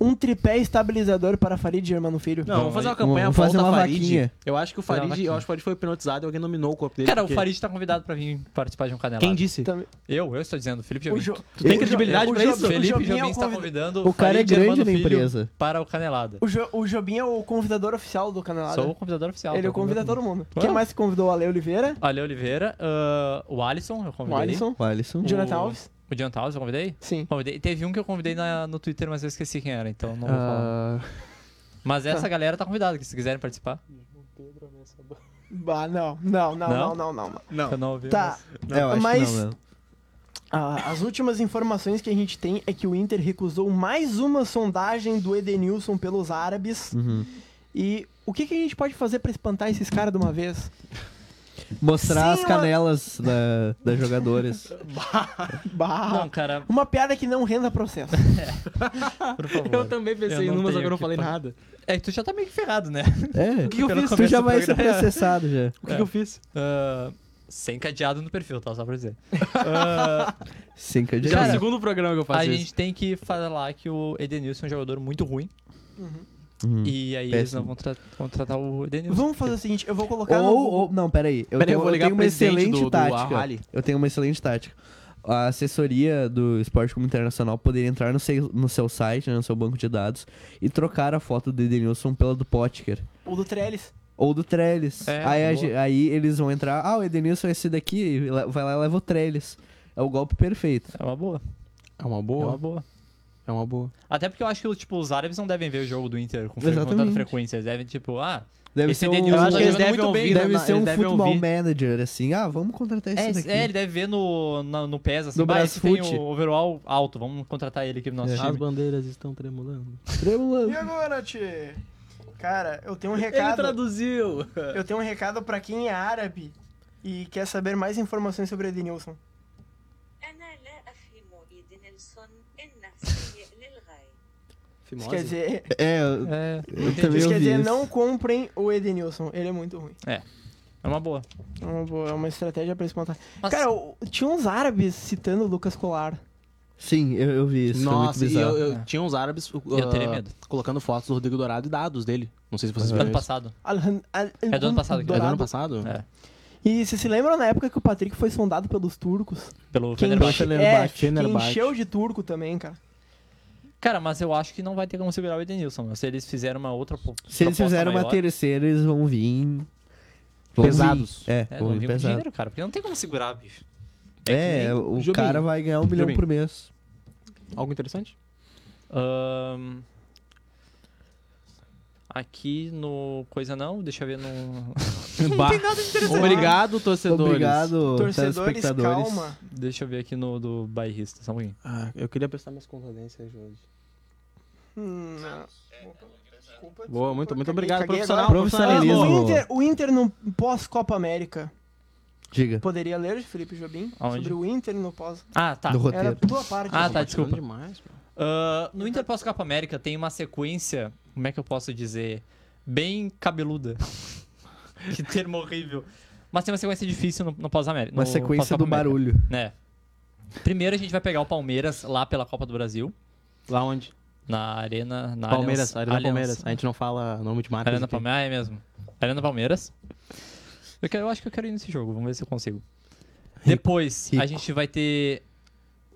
A: Um tripé estabilizador para Farid Germano Filho.
C: Não, vamos fazer uma campanha
D: vamos fazer
C: volta
D: uma
C: Farid.
D: vaquinha.
C: Eu acho que o
B: Fazer uma
C: Farid, eu
B: vaquinha.
C: acho que o Farid foi hipnotizado e alguém nominou o corpo dele.
B: Cara, o
C: porque-
B: Farid tá convidado pra vir participar de um canelado.
C: Quem disse?
A: Também-
B: Eu, eu estou dizendo, Felipe
A: o
B: Jobim.
A: Jo-
C: Tu tem
A: o Jo-
C: credibilidade
A: o
C: pra
A: Jo-
C: isso?
A: o
B: Felipe
A: Jobim é
B: Jobim
A: o
B: está
A: convidado.
B: convidando
D: O cara é
B: Farid
D: grande
B: Armando
D: na
B: Filho
D: empresa.
B: para o Canelada.
A: O, Jo- o Jobim é o convidador oficial do Canelada.
B: Sou o convidador oficial.
C: é
A: Ele
B: tô
A: convida
B: convidando.
A: todo mundo.
B: Ué?
A: Quem mais que convidou? O Ale Oliveira,
B: Ale Oliveira, ah, o Alisson, eu
A: o
B: convidei.
A: Alisson,
D: O Alisson.
A: o Jonathan Alves.
B: O John Towns, eu convidei?
A: Sim.
B: Convidei. Teve um que eu convidei na- no Twitter, mas eu esqueci quem era, então não vou falar.
C: Ah,
B: Mas essa galera tá convidada, que se quiserem participar.
A: Ah, não, não, não, não,
B: Não?
A: não, não. não.
B: Eu não ouvi.
A: Tá.
D: É, eu acho
A: Mas-
D: que não, né?
A: Ah, as últimas informações que a gente tem é que o Inter recusou mais uma sondagem do Edenilson pelos árabes.
D: Uhum.
A: E o que, que a gente pode fazer pra espantar esses caras de uma vez?
D: Mostrar
A: Sim,
D: as
A: uma-
D: canelas da, das jogadoras.
B: mas-
A: Bah,
B: Não, cara,
A: uma piada que não renda processo.
B: por favor.
C: Ah. eu também pensei
B: Eu
C: em
B: não
C: numa, só que
B: tenho
C: eu não
B: que
C: falei
B: falar.
C: nada.
B: É que tu já tá meio que ferrado, né?
D: É.
C: que eu
B: Pelo
C: fiz? Tu
D: Tu
B: começo
D: já
B: do
D: vai ser
B: programa.
D: processado já.
C: O que, que eu fiz?
B: É. Ah, sem cadeado no perfil, tá? Só pra dizer. Ah,
D: Sem
C: Já é o
D: candidato.
C: segundo programa que eu faço
B: a
C: isso.
B: gente tem que falar que o Edenilson é um jogador muito ruim.
C: Hum.
D: Uhum.
B: E aí eles
D: Péssimo.
B: não vão tra- contratar o Edenilson.
A: Vamos fazer o seguinte, eu vou colocar
D: Ou,
A: no...
D: ou- não, peraí. Eu
C: Peraí, eu
D: tenho,
C: vou ligar
D: tenho
C: pro
D: uma
C: presidente
D: excelente
C: do- do
D: tática.
C: Arrali.
D: eu tenho uma excelente tática. A assessoria do Esporte Clube Internacional poderia entrar no seu, no seu site, né, no seu banco de dados, e trocar a foto do Edenilson pela do Potker.
A: ou do Trellis.
D: Ou do Trellis.
B: É,
D: aí, a
B: boa.
D: ge- aí eles vão entrar, ah, o Edenilson é esse daqui, e le- vai lá e leva o Trellis. É o golpe perfeito.
B: É uma boa.
C: É uma
B: É uma
C: boa.
B: boa.
C: É uma boa.
B: Até porque eu acho que tipo, os árabes não devem ver o jogo do Inter com, fre com tanta
D: Exatamente.
B: frequência. Eles devem, tipo, ah,
D: Deve
B: Esse
D: ser um,
B: Edenilson
C: Eu acho que eles
B: jogando
C: devem
B: muito bem.
C: ouvir,
D: deve
C: né?
D: ser
C: Eles
D: um
C: devem
D: futebol
C: ouvir.
D: manager, assim, ah, vamos contratar esse
B: É,
D: daqui.
B: é, ele deve ver no, na- no PES, assim,
D: No
B: "Bah, esse tem
D: Brasfoot."
B: o overall alto, vamos contratar ele aqui no nosso
D: É.
B: time.
C: bandeiras estão tremulando.
A: E agora, Tchê? Cara, eu tenho um
C: Ele
A: recado.
C: traduziu.
A: Eu tenho um recado pra quem é árabe e quer saber mais informações sobre Edenilson.
E: أنا لا أفهم إيد نيلسون إنه سيء
A: Isso
E: للغاية
C: Fimose.
A: quer dizer,
D: É, eu-
B: É,
D: eu
B: entendi.
D: também
A: isso quer
D: ouvi
A: dizer
D: isso.
A: não comprem o Edenilson. Ele é muito ruim.
B: é uma boa.
A: É uma, boa- é uma estratégia pra espantar.
B: Mas-
A: Cara, o- tinha uns árabes citando o Lucas Colar.
D: Sim, eu, eu vi isso. foi
C: Nossa,
D: muito
C: e eu,
D: bizarro.
C: eu
B: É.
C: tinha uns árabes uh,
B: Eu teria medo.
C: colocando fotos do Rodrigo Dourado e dados dele. Não sei se vocês
B: Do
C: viram
B: ano
C: isso.
B: passado.
A: É
B: do ano passado que-
C: É do ano passado?
B: É.
A: E vocês se lembram na época que o Patrick foi sondado pelos turcos?
B: Pelo
A: Quem
B: Fenerbahçe.
A: enche- é,
C: Fenerbahçe,
A: quem
C: Fenerbahçe.
A: encheu de turco também, cara.
B: Cara, mas eu acho que não vai ter como segurar o Edenilson. né? Se eles fizeram uma outra po-
D: Se eles
B: proposta
D: fizeram uma
B: maior,
D: terceira, eles vão vir. vão
C: Pesados.
D: vir. É,
B: É,
D: vão
B: não
D: vir
B: viu o
D: pesados.
B: dinheiro, cara. Porque não tem como segurar, bicho.
D: É, o
C: Jobim.
D: cara vai ganhar um milhão
C: Jobim.
D: por mês.
C: Algo interessante?
B: Ahn, Aqui no... Coisa não, deixa eu ver no...
C: Bah. Obrigado, torcedores.
D: Obrigado,
A: Torcedores,
D: telespectadores.
A: calma.
B: Deixa eu ver aqui no do bairrista, só um pouquinho.
C: Ah, eu queria prestar minhas condolências hoje.
A: Hum, não. Desculpa,
C: Boa, muito, muito
A: caguei,
C: obrigado,
A: caguei
C: profissional.
A: agora.
D: Profissionalismo.
A: Ah,
D: Profissionalismo.
A: o Inter, o Inter no pós-Copa América.
D: Diga.
A: Poderia ler, Felipe Jobim,
B: Aonde?
A: sobre o Inter no pós.
B: Ah, tá.
D: Do roteiro.
A: Era tua parte.
B: Ah,
C: Pô,
B: tá,
C: bacana
B: desculpa.
C: Demais, mano.
B: Ah, no Inter pós-Copa América tem uma sequência, como é que eu posso dizer? Bem cabeluda. que termo horrível. Mas tem uma sequência difícil no, no pós-América.
D: Uma
B: no
D: sequência
B: pós-Copa
D: do
B: América.
D: barulho.
B: É. Primeiro a gente vai pegar o Palmeiras lá pela Copa do Brasil,
C: Lá onde?
B: na Arena. Na
C: Palmeiras, Arena
B: Allianz-
C: Palmeiras. A gente não fala nome de marca.
B: Arena Palmeiras, ah, é mesmo. Arena Palmeiras. Eu, quero- eu acho que eu quero ir nesse jogo, vamos ver se eu consigo. Depois, a
D: rico.
B: gente vai ter.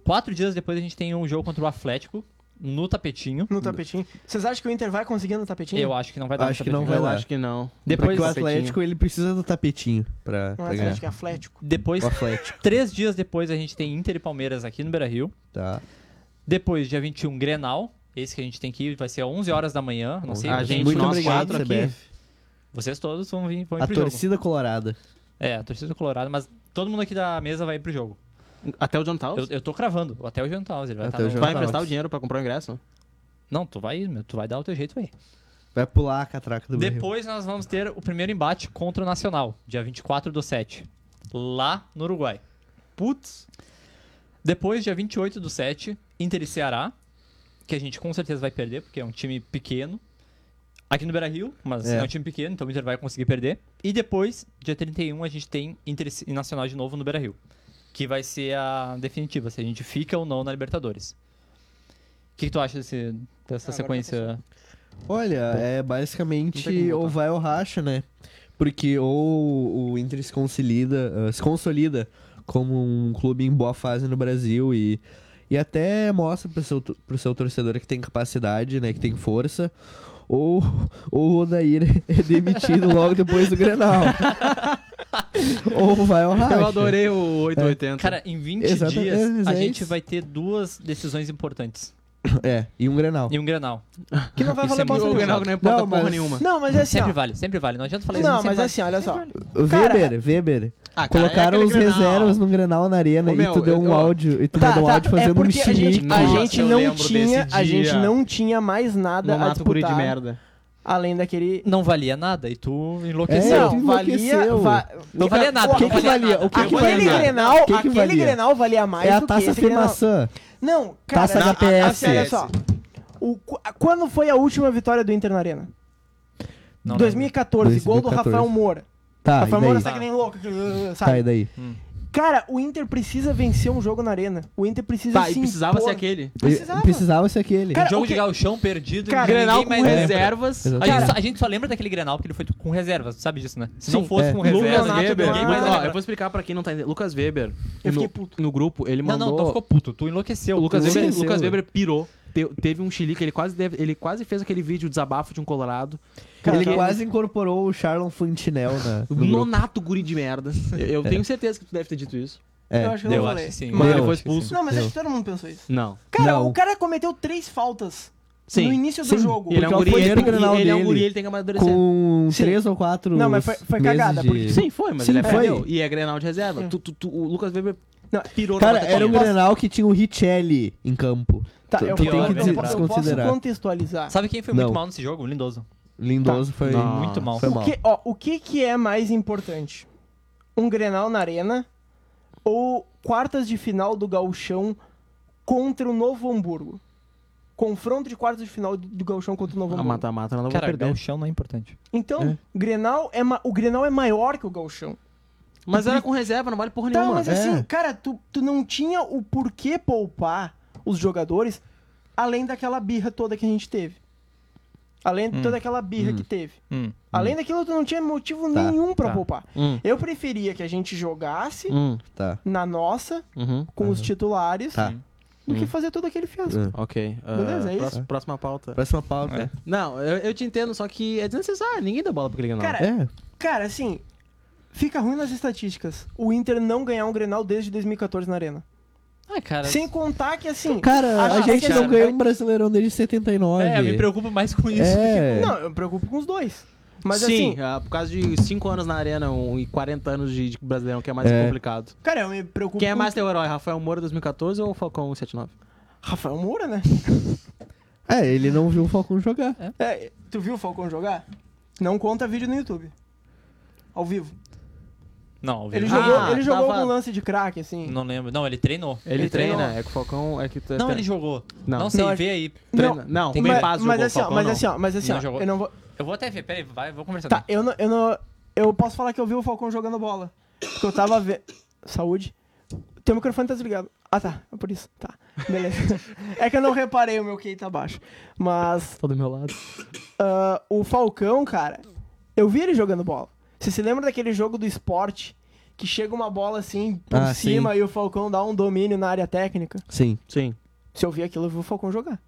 B: Quatro dias depois a gente tem um jogo contra o Atlético, no tapetinho.
A: No tapetinho. Vocês acham que o Inter vai conseguir no tapetinho?
B: Eu acho que não vai dar no
D: Acho que não
B: tapetinho.
D: vai
C: Eu
D: lá.
C: acho que não.
D: Depois
B: Depois-
D: o Atlético, ele precisa do tapetinho pra,
A: Não
D: pra
A: é
D: ganhar.
A: Atlético, é Atlético.
B: Depois,
D: O Atlético,
B: três dias depois, a gente tem Inter e Palmeiras aqui no Beira Rio.
D: tá.
B: Depois, dia 21, Grenal. Esse que a gente tem que ir, vai ser às 11 horas da manhã. Não sei,
C: A gente,
D: Muito
C: nós
D: obrigado,
C: quatro aqui.
D: CBF.
B: Vocês todos vão vir vão ir
D: A
B: pro jogo.
D: torcida colorada.
B: É, a torcida do Colorado, mas todo mundo aqui da mesa vai ir pro jogo.
C: Até o John Taus?
B: Eu, eu tô cravando, até o jantar. Ele vai
D: Até
B: tá
D: o
B: no-
D: Jean
C: Vai
D: Taus.
C: emprestar o dinheiro pra comprar o ingresso?
B: Não, tu vai, meu, tu vai dar o teu jeito aí.
D: Vai pular a catraca do Beira Rio.
B: Depois nós vamos ter o primeiro embate contra o Nacional, dia 24 do 7, lá no Uruguai. Putz. Depois, dia 28 do 7, Inter e Ceará, que a gente com certeza vai perder, porque é um time pequeno. Aqui no Beira-Rio, mas é.
D: É.
B: um time pequeno, então o Inter vai conseguir perder. E depois, dia 31, a gente tem Inter e Nacional de novo no Beira-Rio, que vai ser a definitiva, se a gente fica ou não na Libertadores. O que, que tu acha desse- dessa
A: Ah, agora
B: sequência?
D: Olha, é
C: Não tem como
D: basicamente
C: voltar.
D: ou vai ou racha, né? Porque ou o Inter se consolida, ah, se consolida como um clube em boa fase no Brasil e, e até mostra pro seu, pro seu torcedor que tem capacidade, né? Que tem força. Ou, ou o Odair é demitido logo depois do Grenal. ou vai ou racha.
C: Eu adorei o 880.
B: Cara, em 20
D: Exata-
B: dias,
D: é, mas
B: a
D: é
B: gente
D: isso.
B: vai ter duas decisões importantes.
D: É, e um Grenal.
B: E um Granal.
A: Que não vai
B: Isso
A: valer bosta
B: é muito
C: o
A: nenhuma.
C: Grenal que não importa
D: Não, mas-
C: porra nenhuma.
A: Não, mas é assim,
B: Sempre
A: ó.
B: vale, sempre vale. Não adianta falar isso.
A: Não,
B: sempre
A: mas é
B: vale.
A: assim, olha só. Cara,
D: Weber, Weber.
C: Ah, um cara,
D: colocaram
C: é
D: os
C: aquele Grenal.
D: reservas num Grenal na arena
C: Ô, meu,
D: e tu deu um
C: eu-
D: áudio e tu
A: Tá,
D: mandou um
A: tá,
D: áudio
A: é
D: fazendo um
A: porque a gente, a
C: Nossa,
A: gente
C: eu
A: não
C: lembro
A: tinha,
C: desse
A: a gente
C: dia.
A: não tinha mais nada
C: Não
A: a
C: mata o guri de
A: disputar,
C: merda.
A: além daquele
B: Não valia nada e tu enlouqueceu.
D: É,
A: não,
D: tu
A: valia,
D: enlouqueceu.
A: va-
B: Não valia nada.
A: O
D: que
B: não
D: que valia?
B: nada.
D: O que que
A: Aquele
D: valia?
A: Grenal,
D: O que que
A: aquele
D: valia?
A: Grenal valia mais
D: É a
A: do
D: taça
A: que esse
D: Fê
A: Grenal.
D: Maçã.
A: Não, cara,
D: Taça da
A: a- a- assim, olha
C: PS.
A: só. O, qu- a- quando foi a última vitória do Inter na Arena?
B: Não, não.
A: 2014, gol do
D: 2014.
A: Rafael Moura.
D: Tá, e
A: Rafael Moura
D: daí?
A: tá que nem louco, sabe?
D: Tá, e daí?
A: Cara, o Inter precisa vencer um jogo na Arena. O Inter precisa
C: Tá, e
A: se
C: precisava ser
A: impor.
C: aquele.
A: Precisava.
D: E- Precisava ser aquele.
A: Cara,
B: Um jogo
A: o que-
B: de galchão perdido.
A: Cara,
B: ninguém
C: Grenal com
B: mais lembra.
C: reservas.
B: A
D: Exatamente.
B: gente, só, a gente só lembra daquele Grenal porque ele foi com reservas, tu sabe disso, né? Se não
A: Sim,
B: fosse
D: é.
B: com
A: Lucas
B: reservas,
A: Renato,
B: Weber, ninguém mais
A: Eduardo.
C: Ó,
B: lembra.
C: eu vou explicar pra quem não tá entendendo. Lucas Weber,
A: Eu fiquei
C: no,
A: puto.
C: no grupo, ele
B: Não,
C: mandou...
B: não, tu ficou puto, tu enlouqueceu.
C: O Lucas,
D: Lucas
C: Weber,
D: venceu,
C: Lucas
D: velho.
C: Weber pirou. Te- teve um chilique, ele quase, deve- ele quase fez aquele vídeo desabafo de um colorado.
A: Cara,
D: ele
A: que-
D: quase incorporou o Charlon Fantinel na. no grupo.
C: Nonato guri de merda. Eu, eu tenho certeza que tu deve ter dito isso.
D: É.
A: Eu acho que eu
B: Eu
A: não
B: acho
A: falei.
B: que sim.
C: Mano,
B: eu
C: ele foi
B: acho que sim.
C: expulso.
A: Não, mas
D: Eu.
A: acho que todo mundo pensou isso.
C: Não.
A: Cara,
D: Não.
A: o cara cometeu três faltas no
C: Sim.
A: início do
D: Sim.
A: jogo.
C: Ele é
D: Porque
C: um guri,
D: foi o
C: ele, tem
D: primeiro
C: que-
D: Grenal
C: ele é um
D: dele.
C: guri, ele tem que amadurecer.
D: Com
A: Sim.
D: três ou quatro.
A: Não, mas foi- foi
D: meses
A: cagada,
D: de-
A: porque-
C: Sim, foi, mas
D: Sim,
C: ele é
D: foi.
C: perdeu. E é Grenal de reserva. Tu- tu- tu- o Lucas Weber
A: Não,
C: pirou
D: Cara,
C: na
D: era um
C: bateria.
D: Grenal que tinha o Richelli em campo.
A: Tá,
D: Tu-
A: eu,
D: tu
A: eu-
B: tem que
A: eu- eu- eu
D: desconsiderar.
A: posso contextualizar.
B: Sabe quem foi
D: Não.
B: muito mal nesse jogo? O Lindoso.
D: Lindoso foi
A: Tá.
C: Não.
B: muito mal.
D: Foi
A: o
D: mal.
A: que, ó, o que que é mais importante? Um Grenal na Arena ou quartas de final do Gauchão contra o Novo Hamburgo? confronto de quartos de final do Gauchão contra o Novo
C: A
D: Ah,
A: Hamburgo.
C: mata-mata ela não vai
B: Cara,
C: perder.
B: Galchão não é importante.
A: Então, Grenal é ma- o Grenal é maior que o Gauchão.
C: Mas era com reserva, não vale porra
A: Tá,
C: nenhuma.
A: mas
D: é.
A: assim, cara, tu, tu não tinha o porquê poupar os jogadores além daquela birra toda que a gente teve. Além
D: Hum.
A: de toda aquela birra que teve.
B: Hum.
A: Além daquilo, tu não tinha motivo
D: Tá,
A: nenhum pra
B: tá.
A: poupar.
C: Hum.
A: Eu preferia que a gente jogasse
C: Hum,
D: Tá.
A: na nossa,
C: uhum,
A: com os titulares,
D: Tá.
A: do que
C: Hum.
A: fazer todo aquele fiasco.
D: Hum.
C: Ok. ah,
A: Beleza, é isso.
C: próxima- Próxima pauta.
D: Próxima pauta.
B: É.
C: Não, eu, eu te entendo, só que é desnecessário. Ninguém dá bola pra aquele Grenal.
A: Cara,
D: É.
A: Cara, assim, fica ruim nas estatísticas. O Inter não ganhar um Grenal desde 2014 na Arena.
B: Ah, cara.
A: Sem contar que, assim...
D: Cara, a
A: Ah,
D: gente
A: cara.
D: não ganhou um Brasileirão desde 79.
B: É, eu me preocupo mais com isso. tipo,
D: É.
A: Não, eu me preocupo com os dois. Mas,
C: Sim,
A: assim,
C: ah, por causa de 5 anos na arena um, e 40 anos de, de brasileirão, que é mais
D: É.
C: complicado.
A: cara, eu me preocupo
C: Quem é
A: com-
C: mais teu herói, Rafael Moura 2014 ou Falcão 179?
A: Rafael Moura, né?
D: É, ele não viu o Falcão jogar.
A: É, tu viu o Falcão jogar? Não conta vídeo no YouTube. Ao vivo.
B: Não, ouvi.
A: Ele
C: Ah,
A: jogou, ele jogou
C: tava-
A: algum lance de craque, assim.
B: Não lembro. Não, ele treinou.
C: Ele,
A: Ele
C: treina,
A: treinou.
C: é que o Falcão é que tu-
B: Não, ele jogou.
C: Não.
B: Não, sei,
A: Não,
B: vê aí.
C: treina.
A: Não,
C: Não, não
B: tem
C: o Ben
A: mas,
C: Paz
A: mas
C: jogou,
A: assim, ó,
C: Falcão
A: mas
C: não.
A: assim, ó, mas assim,
B: Não
A: ó,
B: jogou.
A: eu não vou...
B: Eu vou até ver, peraí, vai, vou conversar.
A: Tá,
B: com ele.
A: eu não, eu não... Eu posso falar que eu vi o Falcão jogando bola. Porque eu tava vendo... Saúde. Teu microfone tá desligado. Ah, tá. É por isso. Tá. Beleza. é que eu não reparei, o meu QI tá baixo. Mas...
C: Tá do meu lado.
A: Ah, o Falcão, cara, eu vi ele jogando bola. Você se lembra daquele jogo do esporte que chega uma bola assim por
D: Ah,
A: cima e o Falcão dá um domínio na área técnica?
D: Sim.
C: Sim.
A: Se eu vi aquilo, eu vi o Falcão jogar.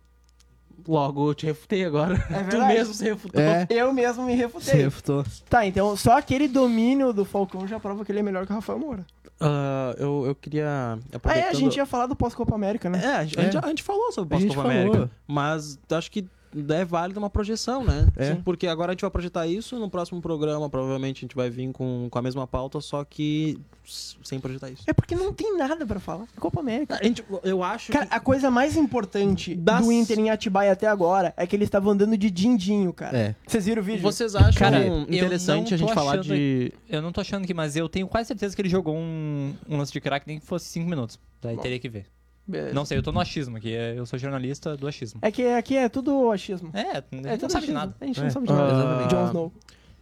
C: Logo, eu te refutei agora. tu
A: verdade.
C: mesmo se refutou.
D: É.
A: Eu mesmo me
D: Se
A: refutei.
D: refutou.
A: Tá, então só aquele domínio do Falcão já prova que ele é melhor que o Rafael Moura.
C: Ah, eu, eu queria.
A: Ah, é,
C: aproveitando-
A: a gente ia falar do pós-Copa América, né?
C: É, a gente, a gente-
D: É.
C: a gente falou sobre
D: A
C: o
D: gente
C: Copa
D: falou.
C: América. Mas acho que é válido uma projeção, né?
D: É.
C: Sim, Porque agora a gente vai projetar isso no próximo programa. Provavelmente a gente vai vir com, com a mesma pauta, só que s- sem projetar isso.
A: É porque não tem nada pra falar. É Copa América.
C: A gente- eu acho
A: Cara,
C: que.
A: a coisa mais importante
C: Das-
A: do Inter em Atibaia até agora é que eles estavam andando de dindinho, cara.
D: É.
A: Vocês viram o vídeo?
C: Vocês acham
B: Cara, eu
C: interessante
B: não
C: a gente
B: tô
C: falar
B: achando-
C: de.
B: Eu não tô achando que, mas eu tenho quase certeza que ele jogou um, um lance de crack nem que fosse 5 minutos. Daí teria que ver.
A: Beleza.
B: Não sei, eu tô no achismo aqui. é- Eu sou jornalista do achismo.
A: É que aqui é tudo achismo.
B: É,
A: É,
B: é
A: tudo
B: não sabe de
A: achismo.
B: nada.
A: A gente não
D: É.
A: sabe de nada.
D: Ah, exatamente.
A: Jon Snow.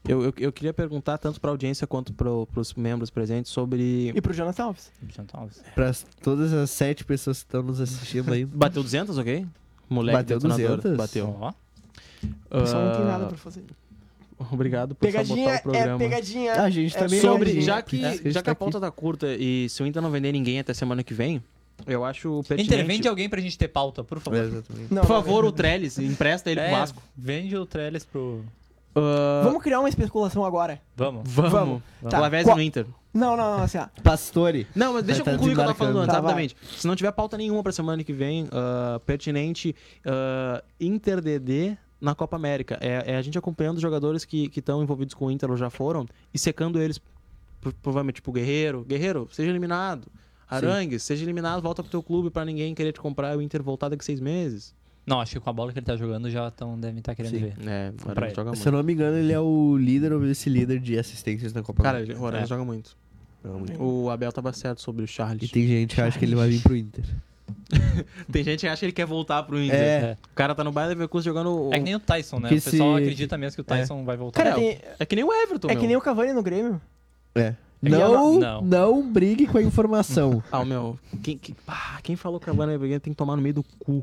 C: Eu, eu, eu queria perguntar tanto pra audiência quanto pro, pros membros presentes sobre.
A: E pro Jonathan Alves.
B: Então, Alves.
D: Pra todas as sete pessoas que estão nos assistindo aí.
C: Bateu 200, ok? Moleque
D: Bateu
C: detonador.
D: 200?
C: Bateu.
B: Ó,
A: O pessoal não tem nada
C: Ah,
A: pra fazer.
C: Obrigado por
A: Pegadinha
C: sabotar o programa.
A: é pegadinha.
D: A gente
A: é
D: também-
C: Sobre,
A: pegadinha.
C: já
D: Por isso que
C: que,
D: a gente
C: já que
D: tá
C: a pauta tá curta e se o Inter não vender ninguém até semana que vem, eu acho pertinente.
B: Intervende alguém pra gente ter pauta, por favor.
D: É, exatamente.
A: Não,
C: Por
A: não,
C: favor, o Trellis, empresta ele pro
B: É,
C: Vasco.
B: Vende o Trellis pro.
A: não. Vamos criar uma especulação agora.
B: Vamos.
C: vamos.
A: vamos.
C: vamos.
A: Tá.
C: Lavezzi
A: Qual-
C: no Inter.
A: Não, não, não, assim, ó.
D: Pastore.
C: Não, mas deixa eu
D: Vai tá
C: concluir o que eu tava
D: desembarcando.
C: falando antes,
A: Tá, vai.
C: rapidamente. Se não tiver pauta nenhuma pra semana que vem, ah, pertinente, ah, Inter DD na Copa América. É, é a gente acompanhando os jogadores que estão envolvidos com o Inter ou já foram e secando eles, pro- provavelmente, tipo, Guerreiro. Guerreiro, seja eliminado. Arangues, seja eliminado, volta pro teu clube pra ninguém querer te comprar e o Inter voltar daqui seis meses.
B: Não, acho que com a bola que ele tá jogando já tão, devem estar querendo
D: Sim.
B: ver.
C: É, o
B: Pra ele.
C: Arangues joga
D: Se
C: muito.
D: eu não me engano, ele é o líder ou vice-líder de assistências na Copa
C: Cara,
D: América.
C: o Arangues
B: É.
C: joga muito. O Abel tava certo sobre o Charles.
D: E tem gente que acha que ele vai vir pro Inter.
C: Tem gente que acha que ele quer voltar pro Inter.
D: É.
B: É.
C: O cara tá no Bayern Leverkusen jogando...
B: É que nem o Tyson, né?
D: Que
B: o pessoal
D: se-
B: acredita mesmo que o Tyson vai voltar.
A: Cara,
C: É,
A: tem-
C: É que nem o Everton,
A: é
C: meu.
A: que nem o Cavani no Grêmio.
D: É.
B: que
D: Não,
B: eu
D: não,
B: não-
D: brigue com a informação.
C: Ah, meu. Quem, quem, ah, quem falou que a Havana é vegana tem que tomar no meio do cu.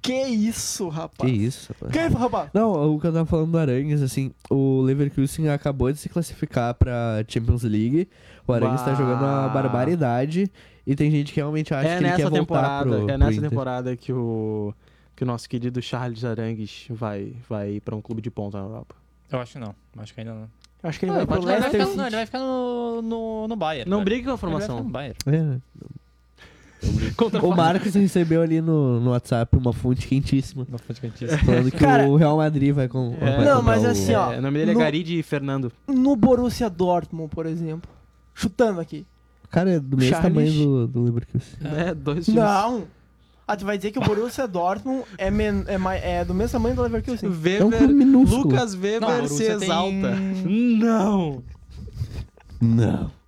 A: Que isso,
D: que
A: rapaz.
D: isso, rapaz.
A: Que isso, rapaz.
D: Não, o que eu tava falando do Arangues, assim, o Leverkusen acabou de se classificar pra Champions League. O Arangues tá
C: Bah.
D: jogando uma barbaridade. E tem gente que realmente acha
C: é
D: que ele
C: nessa
D: quer voltar
C: temporada,
D: pro,
C: é
D: pro
C: nessa
D: Inter.
C: temporada que o que o nosso querido Charles Arangues vai vai para um clube de ponta na Europa.
B: Eu acho que não. Acho que ainda não.
A: Eu acho que então, né? ele
C: Ah,
A: vai pro
C: pode largar
B: Ele vai
A: Leicester
B: ficar,
A: City.
B: não, ele vai ficar no, no, no Bayern.
C: Não
B: velho.
C: brigue com a
B: Ele vai ficar
C: formação.
B: no Bayern.
D: É. um
C: Contra
D: O Marcos recebeu ali no, no WhatsApp uma fonte quentíssima.
B: No podcast.
D: Falando que
A: Cara-
D: o Real Madrid vai com. vai
C: Não,
D: comprar
A: mas
D: o-
A: assim, ó,
C: é, o nome dele é
A: no-
C: Garide Fernando.
A: No Borussia Dortmund, por exemplo. Chutando aqui.
D: Cara, é do mesmo
A: Charles-
D: tamanho do, do Leverkusen.
C: Né? Dois times.
A: Não. Ah, tu vai dizer que o Borussia Dortmund é, men- é mai- é do mesmo tamanho do Leverkusen.
D: É um
C: Weber,
D: clube minúsculo.
C: Lucas Weber
B: Não, a
C: se
B: Borussia tem-
C: exalta. Não.
D: Não.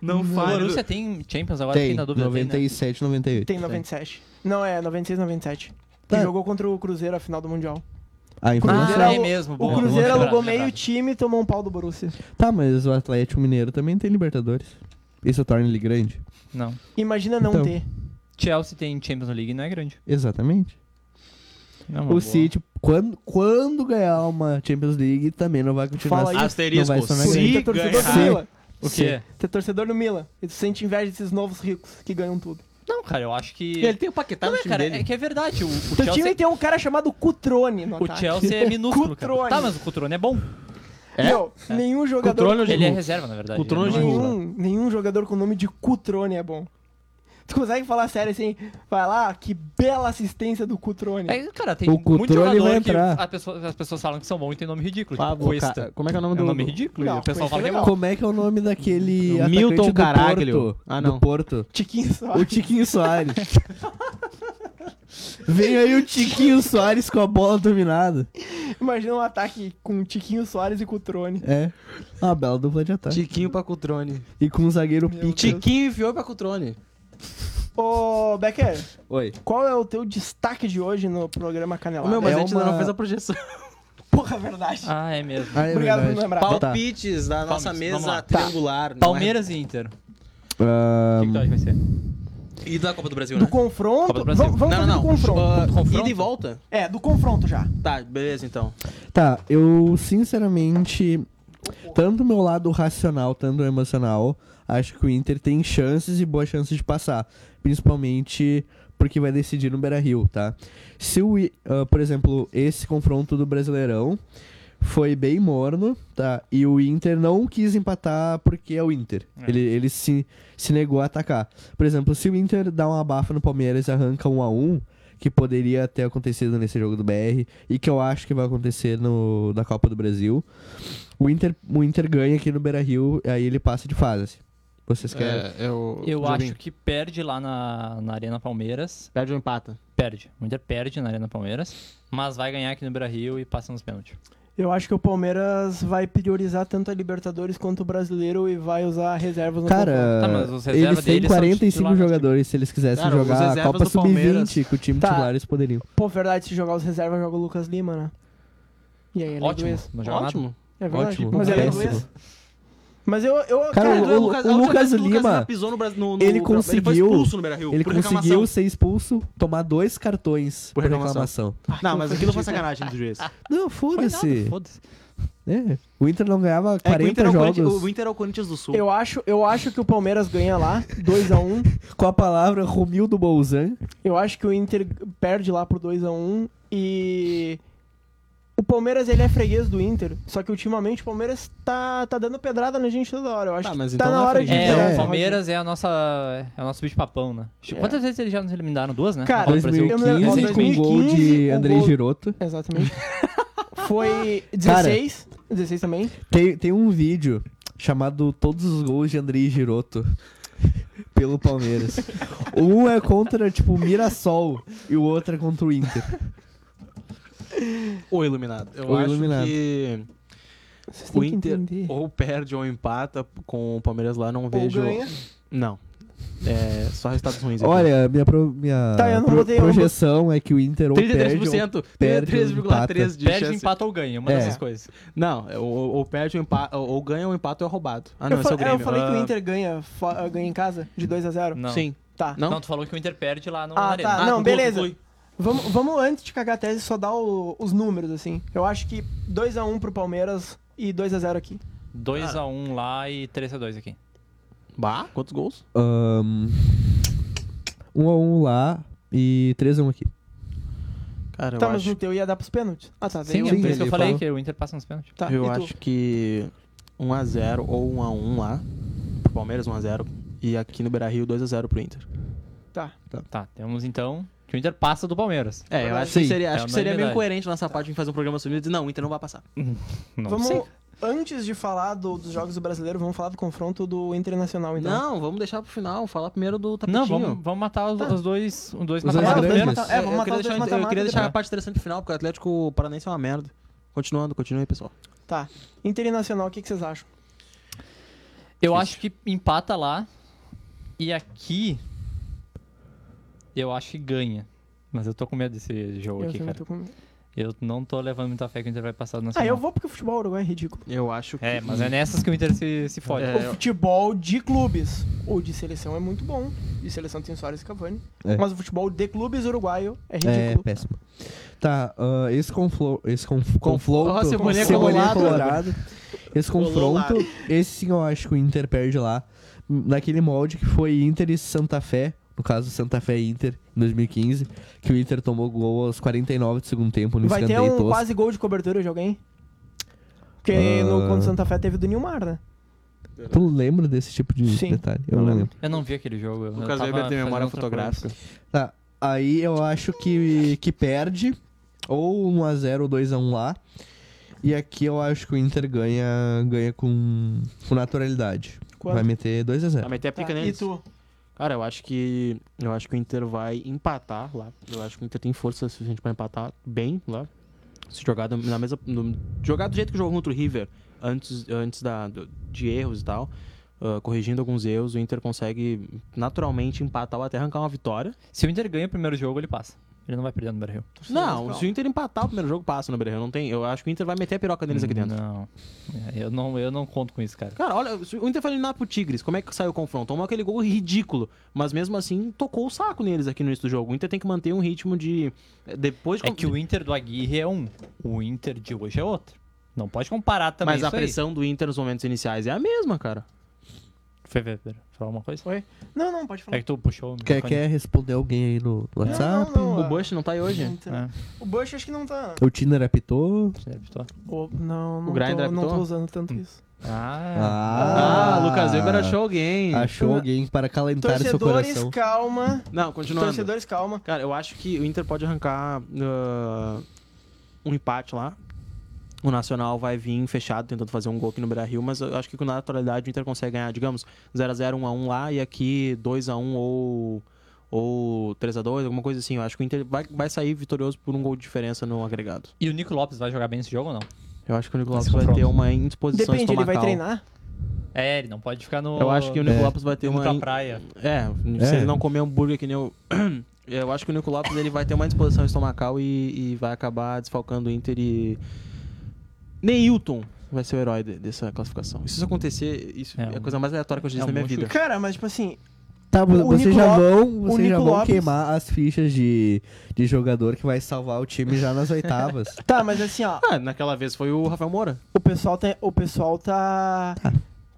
C: Não
B: O
C: fale.
B: Borussia tem né? Champions agora,
D: Tem,
B: fiquei na dúvida. tem, né?
D: 97, 98.
A: Tem 97. Não, é 96, 97. que
D: Tá.
A: jogou contra o Cruzeiro a final do Mundial.
D: A
A: O
D: informação.
A: Cruzeiro
B: Ah,
A: é
B: é
A: o-
B: mesmo.
A: O
B: boa, boa
A: Cruzeiro
B: lembrada,
A: alugou meio
B: lembrada.
A: time e tomou um pau do Borussia.
D: Tá, mas o Atlético Mineiro também tem Libertadores. Isso torna ele grande?
B: Não.
A: Imagina não
D: Então,
A: ter.
B: Chelsea tem Champions League e não é grande.
D: Exatamente.
B: Não,
D: o City, quando, quando ganhar uma Champions League, também não vai continuar. assim.
A: Fala aí.
D: Não vai
C: Asterisco.
D: sonar
A: Por isso
C: Se
A: é torcedor do
D: ganhar-
C: ganhar...
A: Mila.
B: O quê?
A: Você é torcedor do Mila. E tu sente inveja desses novos ricos que ganham tudo.
B: Não, cara, eu acho que.
C: Ele tem o Paquetá
B: Não,
C: no
B: é,
C: time
B: cara,
C: dele.
B: é que é verdade. O, o
A: Teu time
B: Chelsea,
A: tem um cara chamado Cutrone no
B: o
A: ataque.
B: Chelsea é minúsculo. cara.
A: Cutrone.
B: Tá, mas o Cutrone é bom.
A: É? Meu, nenhum jogador...
C: Cutrone
B: Ele é reserva, na verdade.
C: O Cutrone
B: Ele é
C: eu
B: bom.
C: digo.
A: nenhum, nenhum jogador com o nome de Cutrone é bom. Tu consegue falar sério assim? Vai lá, que bela assistência do Cutrone.
B: É, cara, tem
D: O
B: muito
D: Cutrone
B: jogador
D: vai
B: que
D: entrar.
B: a pessoa- as pessoas falam que são bons e tem nome ridículo.
C: Pablo,
B: tipo, Cuesta.
C: Ca- Como é que é o nome
B: É
C: do
B: um nome ridículo.
A: Não,
B: e o
A: Cuesta
B: pessoal fala
A: é
B: que é
A: legal.
B: bom.
D: Como é que é o nome daquele
C: O
D: atacante
C: Milton
D: do
C: Caraglio.
D: Porto?
C: Ah,
D: Do
C: não.
D: Porto.
A: Tiquinho só.
D: O Tiquinho Soares. Vem aí o Tiquinho Soares com a bola dominada.
A: Imagina um ataque com Tiquinho Soares e Cutrone.
D: É. Uma bela dupla de ataque.
C: Tiquinho pra Cutrone.
D: E com um zagueiro
A: Meu
D: pique.
A: Deus.
C: Tiquinho enfiou pra Cutrone.
A: Ô, Becker,
D: Oi.
A: qual é o teu destaque de hoje no programa
C: Ô,
A: Canelada?
C: Meu, mas
D: É
C: a gente ainda
D: uma-
C: não fez a projeção.
A: Porra, verdade.
B: Ah, é mesmo.
D: Ah, é
A: Obrigado por
D: verdade.
A: lembrar.
D: Pau- Tá.
C: Palpites da nossa
B: Palmites, vamos lá.
C: mesa triangular. não
B: Palmeiras e Inter. O
D: Ahn,
B: que que tu acha que vai ser?
C: é? E da Copa do Brasil,
A: Do
C: né?
A: confronto?
B: Copa do
A: Vamos
B: Brasil.
A: vamos
C: Não,
A: fazer
C: não,
A: do
C: não.
A: confronto.
C: Ah,
B: Confronto?
C: Ida e volta?
A: É, do confronto já.
C: Tá, beleza então.
D: Tá, eu sinceramente, tanto meu lado racional, tanto emocional, acho que o Inter tem chances e boas chances de passar. Principalmente porque vai decidir no Beira Rio, tá? Se o, I- ah, por exemplo, esse confronto do Brasileirão foi bem morno, tá? E o Inter não quis empatar porque é o Inter.
B: É.
D: Ele, ele se, se negou a atacar. Por exemplo, se o Inter dá uma abafa no Palmeiras e arranca um a um, que poderia ter acontecido nesse jogo do BR e que eu acho que vai acontecer no, na Copa do Brasil, o Inter, o Inter ganha aqui no Beira Rio, aí ele passa de fase. Vocês
C: É,
D: querem?
C: eu
B: Eu acho que perde lá na, na Arena Palmeiras.
C: Perde ou empata?
B: Perde. O Inter perde na Arena Palmeiras. Mas vai ganhar aqui no Beira Rio e passa nos pênaltis.
A: Eu acho que o Palmeiras vai priorizar tanto a Libertadores quanto o Brasileiro e vai usar reservas no confronto.
D: Cara,
B: Tá, mas os reservas
D: eles têm
B: deles são
D: 45
B: titulares do time.
D: jogadores se eles quisessem
C: Cara, os
D: jogar a
C: reservas
D: Copa
C: do Palmeiras.
D: Sub-20 que o time
A: Tá.
D: titular eles poderiam.
A: Pô, verdade, se jogar os reservas, joga o Lucas Lima, né? E aí, ele
B: Ótimo.
A: é inglês.
B: Não joga nada.
C: Ótimo.
A: É verdade.
D: Ótimo.
A: Mas ele é
D: Péssimo.
A: inglês. Mas eu. eu cara,
D: Cara,
A: eu-
D: o- o
C: a última
D: Lucas
C: vez que o
D: Lima,
C: pisou no Brasil. No, no,
D: ele
C: Bra- foi
D: conseguiu-
C: expulso no Beira-Rio.
D: Ele
C: por
D: conseguiu
C: reclamação.
D: ser expulso, tomar dois cartões por
C: Por
D: reclamação.
C: reclamação. Ah, Não,
A: Foi
C: mas aquilo
A: ridículo.
C: foi sacanagem do juiz. É,
D: Não,
B: Foi nada,
D: foda-se.
B: foda-se.
D: É, O Inter não ganhava
C: É que o
D: 40
C: Inter é o
D: jogos
C: Corinthians- o Inter é o Corinthians do Sul.
A: Eu acho, eu acho que o Palmeiras ganha lá, 2x1.
D: com a palavra Romildo Bolzan.
A: Eu acho que o Inter perde lá pro 2x1 e. O Palmeiras ele é freguês do Inter, só que ultimamente o Palmeiras tá, tá dando pedrada na gente toda hora. Eu acho
C: Tá,
A: que
C: mas
A: tá
C: então
A: na
C: não é
A: hora de
D: freguês.
B: É,
A: virar
D: É.
A: essa
B: o Palmeiras é a nossa. É o nosso bicho papão, né? Tipo,
A: É.
B: Quantas vezes eles já nos eliminaram? Duas, né?
A: Cara,
B: Na Copa do Brasil.
D: 2015
A: Ó,
D: com o gol
A: 2015,
D: de
A: com
D: André
A: gol-
D: Giroto.
A: rodada. Exatamente. Foi 16. 16 também.
D: Tem, tem um vídeo chamado Todos os Gols de Andrei Giroto pelo Palmeiras. um é contra, tipo, o Mirassol e o outro é contra o Inter.
C: Ou iluminado. Eu
D: Ou
C: acho
D: iluminado.
C: que
A: Vocês
C: o
A: têm que
C: Inter
A: entender.
C: ou perde ou empata com o Palmeiras lá, não
A: Ou
C: vejo.
A: ganha.
C: Não. É só resultados ruins. aqui.
D: Olha, minha, pro- minha
A: Tá, eu não
D: pro-
A: botei ambos.
D: projeção é que o Inter ou perde ou
C: 33%,
D: perde ou empata.
C: 33,3% de
B: Perde,
C: chance.
B: empata ou ganha. Uma
D: É.
B: dessas coisas.
C: Não, é, ou, ou perde ou, empa- ou- ou ganha ou empata ou é roubado. Ah, não,
A: eu,
C: esse é
A: fa-
C: o Grêmio.
A: eu falei que o
C: Ah,
A: Inter ganha, fa- ganha em casa de 2x0.
B: Não.
C: Sim.
A: Tá.
B: Não?
C: Não?
B: tu falou que o Inter perde lá no
A: Ah,
B: Arena.
A: tá. não,
C: conclui,
A: beleza.
C: conclui.
A: Vamos, vamos antes de cagar a tese, só dar o- os números, assim. Eu acho que 2x1 pro Palmeiras e 2x0 aqui.
B: 2x1 lá e 3x2 aqui.
C: Bah, quantos gols?
D: Ahn, Um a um lá e 3 a 1 aqui.
C: Cara, eu
A: tá, mas
C: acho,
A: no teu ia dar pros pênaltis. Ah, tá. daí-
B: Sim, é por isso que eu
D: ele
B: falei
D: falou.
B: que o Inter passa nos pênaltis.
A: tá,
C: eu
A: e tu?
C: acho que 1x0 ou 1x1 lá. Pro Palmeiras 1x0. E aqui no Beira-Rio 2x0 pro Inter.
A: Tá.
B: Tá, temos então que o Inter passa do Palmeiras.
C: É, eu acho
D: Sim.
C: que seria, acho
B: É
C: que seria meio
B: unanimidade.
C: coerente nossa parte de fazer um programa sobre isso e dizer, não, o Inter não vai passar.
B: Não
A: vamos,
B: sei.
A: antes de falar do- dos jogos do brasileiro, vamos falar do confronto do Internacional, então.
C: Não, vamos deixar pro final, falar primeiro do
B: Não,
C: tapetinho.
B: vamos, vamos matar os, os dois. Os dois
D: Os dois
B: mata-mata
A: é,
D: grandes.
B: primeiro.
A: matar- Tá. é, vamos
C: eu
A: matar
C: queria
A: os dois
C: deixar,
A: mata-mata
C: eu queria deixar
B: depois.
C: a parte interessante pro final, porque o Atlético Paranaense é uma merda. Continuando, continue, pessoal.
A: Tá. Internacional, o que, que vocês acham?
B: Eu acho que empata lá. E aqui. Eu acho que ganha. Mas eu tô com medo desse jogo
A: Eu
B: aqui,
A: também
B: cara.
A: tô com medo.
B: Eu não tô levando muita fé que o Inter vai passar do
A: Ah,
B: Nacional.
A: eu vou porque o futebol uruguai é ridículo.
C: Eu acho que.
B: É, mas é nessas que o Inter se, se fode.
C: É,
A: O futebol de clubes ou de seleção é muito bom. De seleção tem Soares e Cavani.
D: É.
A: Mas o futebol de clubes uruguaio é
D: É
A: ridículo.
D: péssimo. Tá, ah, esse, conflo, esse conf, confronto.
C: Ó, Cebolinha
D: Cebolinha
C: colorado.
D: colorado. Esse
C: Colou
D: confronto,
C: lá.
D: esse sim eu acho que o Inter perde lá. Naquele molde que foi Inter e Santa Fé. No caso, Santa Fé e Inter, em 2015. Que o Inter tomou gol aos 49 do segundo tempo no
A: Vai ter
D: escanteio
A: um
D: tosco.
A: quase gol de cobertura de alguém? Porque no,
D: Ah.
A: quando Santa Fé teve do Nilmar, né?
D: Tu lembra desse tipo de
A: Sim,
D: detalhe?
A: eu
D: Eu não
A: lembro.
D: lembro.
B: Eu não vi aquele jogo. eu- eu
C: Lucas
B: tava
C: Weber tem
B: fazendo
C: memória
B: outra
C: fotográfica.
B: coisa.
D: Tá, aí eu acho que, que perde. Ou 1x0 ou 2x1 lá. E aqui eu acho que o Inter ganha, ganha com, com naturalidade.
A: Quanto?
D: Vai meter 2x0.
C: Vai meter a
A: Tá,
C: pica
A: E
C: neles.
A: tu?
C: Cara, eu acho que. Eu acho que o Inter vai empatar lá. Eu acho que o Inter tem força suficiente pra empatar bem lá. Se jogar do- na mesma. no- jogar do jeito que jogou contra o River, antes, antes da, do- de erros e tal. ah, corrigindo alguns erros, o Inter consegue naturalmente empatar ou até arrancar uma vitória.
B: Se o Inter ganha o primeiro jogo, ele passa. Ele não vai perder no Brasil.
C: Não, se o Inter empatar o primeiro jogo, passa no Beira Não tem. Eu acho que o Inter vai meter a piroca neles aqui dentro.
B: Não. É, Eu não, eu não conto com isso, cara.
C: Cara, olha, se o Inter foi eliminar pro Tigres. Como é que saiu o confronto? Tomou aquele gol ridículo. Mas mesmo assim, tocou o saco neles aqui no início do jogo. O Inter tem que manter um ritmo de. Depois de
B: É que o Inter do Aguirre é um, o Inter de hoje é outro. Não pode comparar também
C: Mas a
B: isso aí.
C: pressão do Inter nos momentos iniciais é a mesma, cara.
B: Foi, Weber, falar uma coisa?
A: Não, não, pode falar.
B: É que tu puxou o
D: Quer,
B: microfone.
D: quer responder alguém aí no no WhatsApp?
A: Não, não,
C: O
A: é.
C: Bush não tá aí hoje.
B: É,
A: O Bush acho que não tá.
D: O Tinder apitou?
B: você deve estar-
A: O- não, não,
C: O Grindr
A: tô, não
C: apitou?
A: tô usando tanto isso.
B: Ah,
D: Ah,
C: Ah, Lucas Weber achou alguém.
D: Achou alguém para calentar tá seu
A: Tá. Torcedores,
D: coração.
A: calma.
C: Não, continuando.
A: Torcedores, calma.
C: Cara, eu acho que o Inter pode arrancar ah, um empate lá. O Nacional vai vir fechado, tentando fazer um gol aqui no Beira-Rio, mas eu acho que com naturalidade o Inter consegue ganhar, digamos, 0x0, 1x1 lá e aqui 2x1 ou, ou 3x2, alguma coisa assim. Eu acho que o Inter vai, vai sair vitorioso por um gol de diferença no agregado.
B: e o Nico Lopes vai jogar bem esse jogo ou não?
C: Eu acho que o Nicolau
B: Esse
C: vai ter
B: confronto.
C: uma indisposição
A: é Depende, ele vai
C: estomacal.
A: treinar?
B: É, ele não pode ficar no...
C: Eu acho que o Nico
D: É.
C: Lopes vai ter
B: indo
C: uma.
B: pra praia.
C: É, se
D: É.
C: ele não comer hambúrguer que nem eu. Eu acho que o Nico Lopes ele vai ter uma disposição estomacal e, e vai acabar desfalcando o Inter e. Neilton vai ser o herói de- dessa classificação. Se isso acontecer, isso
B: É,
C: é, a
B: um-
C: coisa mais aleatória que eu já
B: é
C: disse
B: um
C: na minha
B: bom
C: vida.
A: Cara, mas tipo assim,
D: Tá,
A: O
D: vocês
A: Nico
D: já
A: Lopes-
D: vão, vocês
A: Nico
D: já vão
A: Lopes-
D: queimar as fichas de, de jogador que vai salvar o time já nas oitavas.
A: tá, mas assim, ó,
C: Ah, naquela vez foi o Rafael Moura.
A: o pessoal tá, o pessoal tá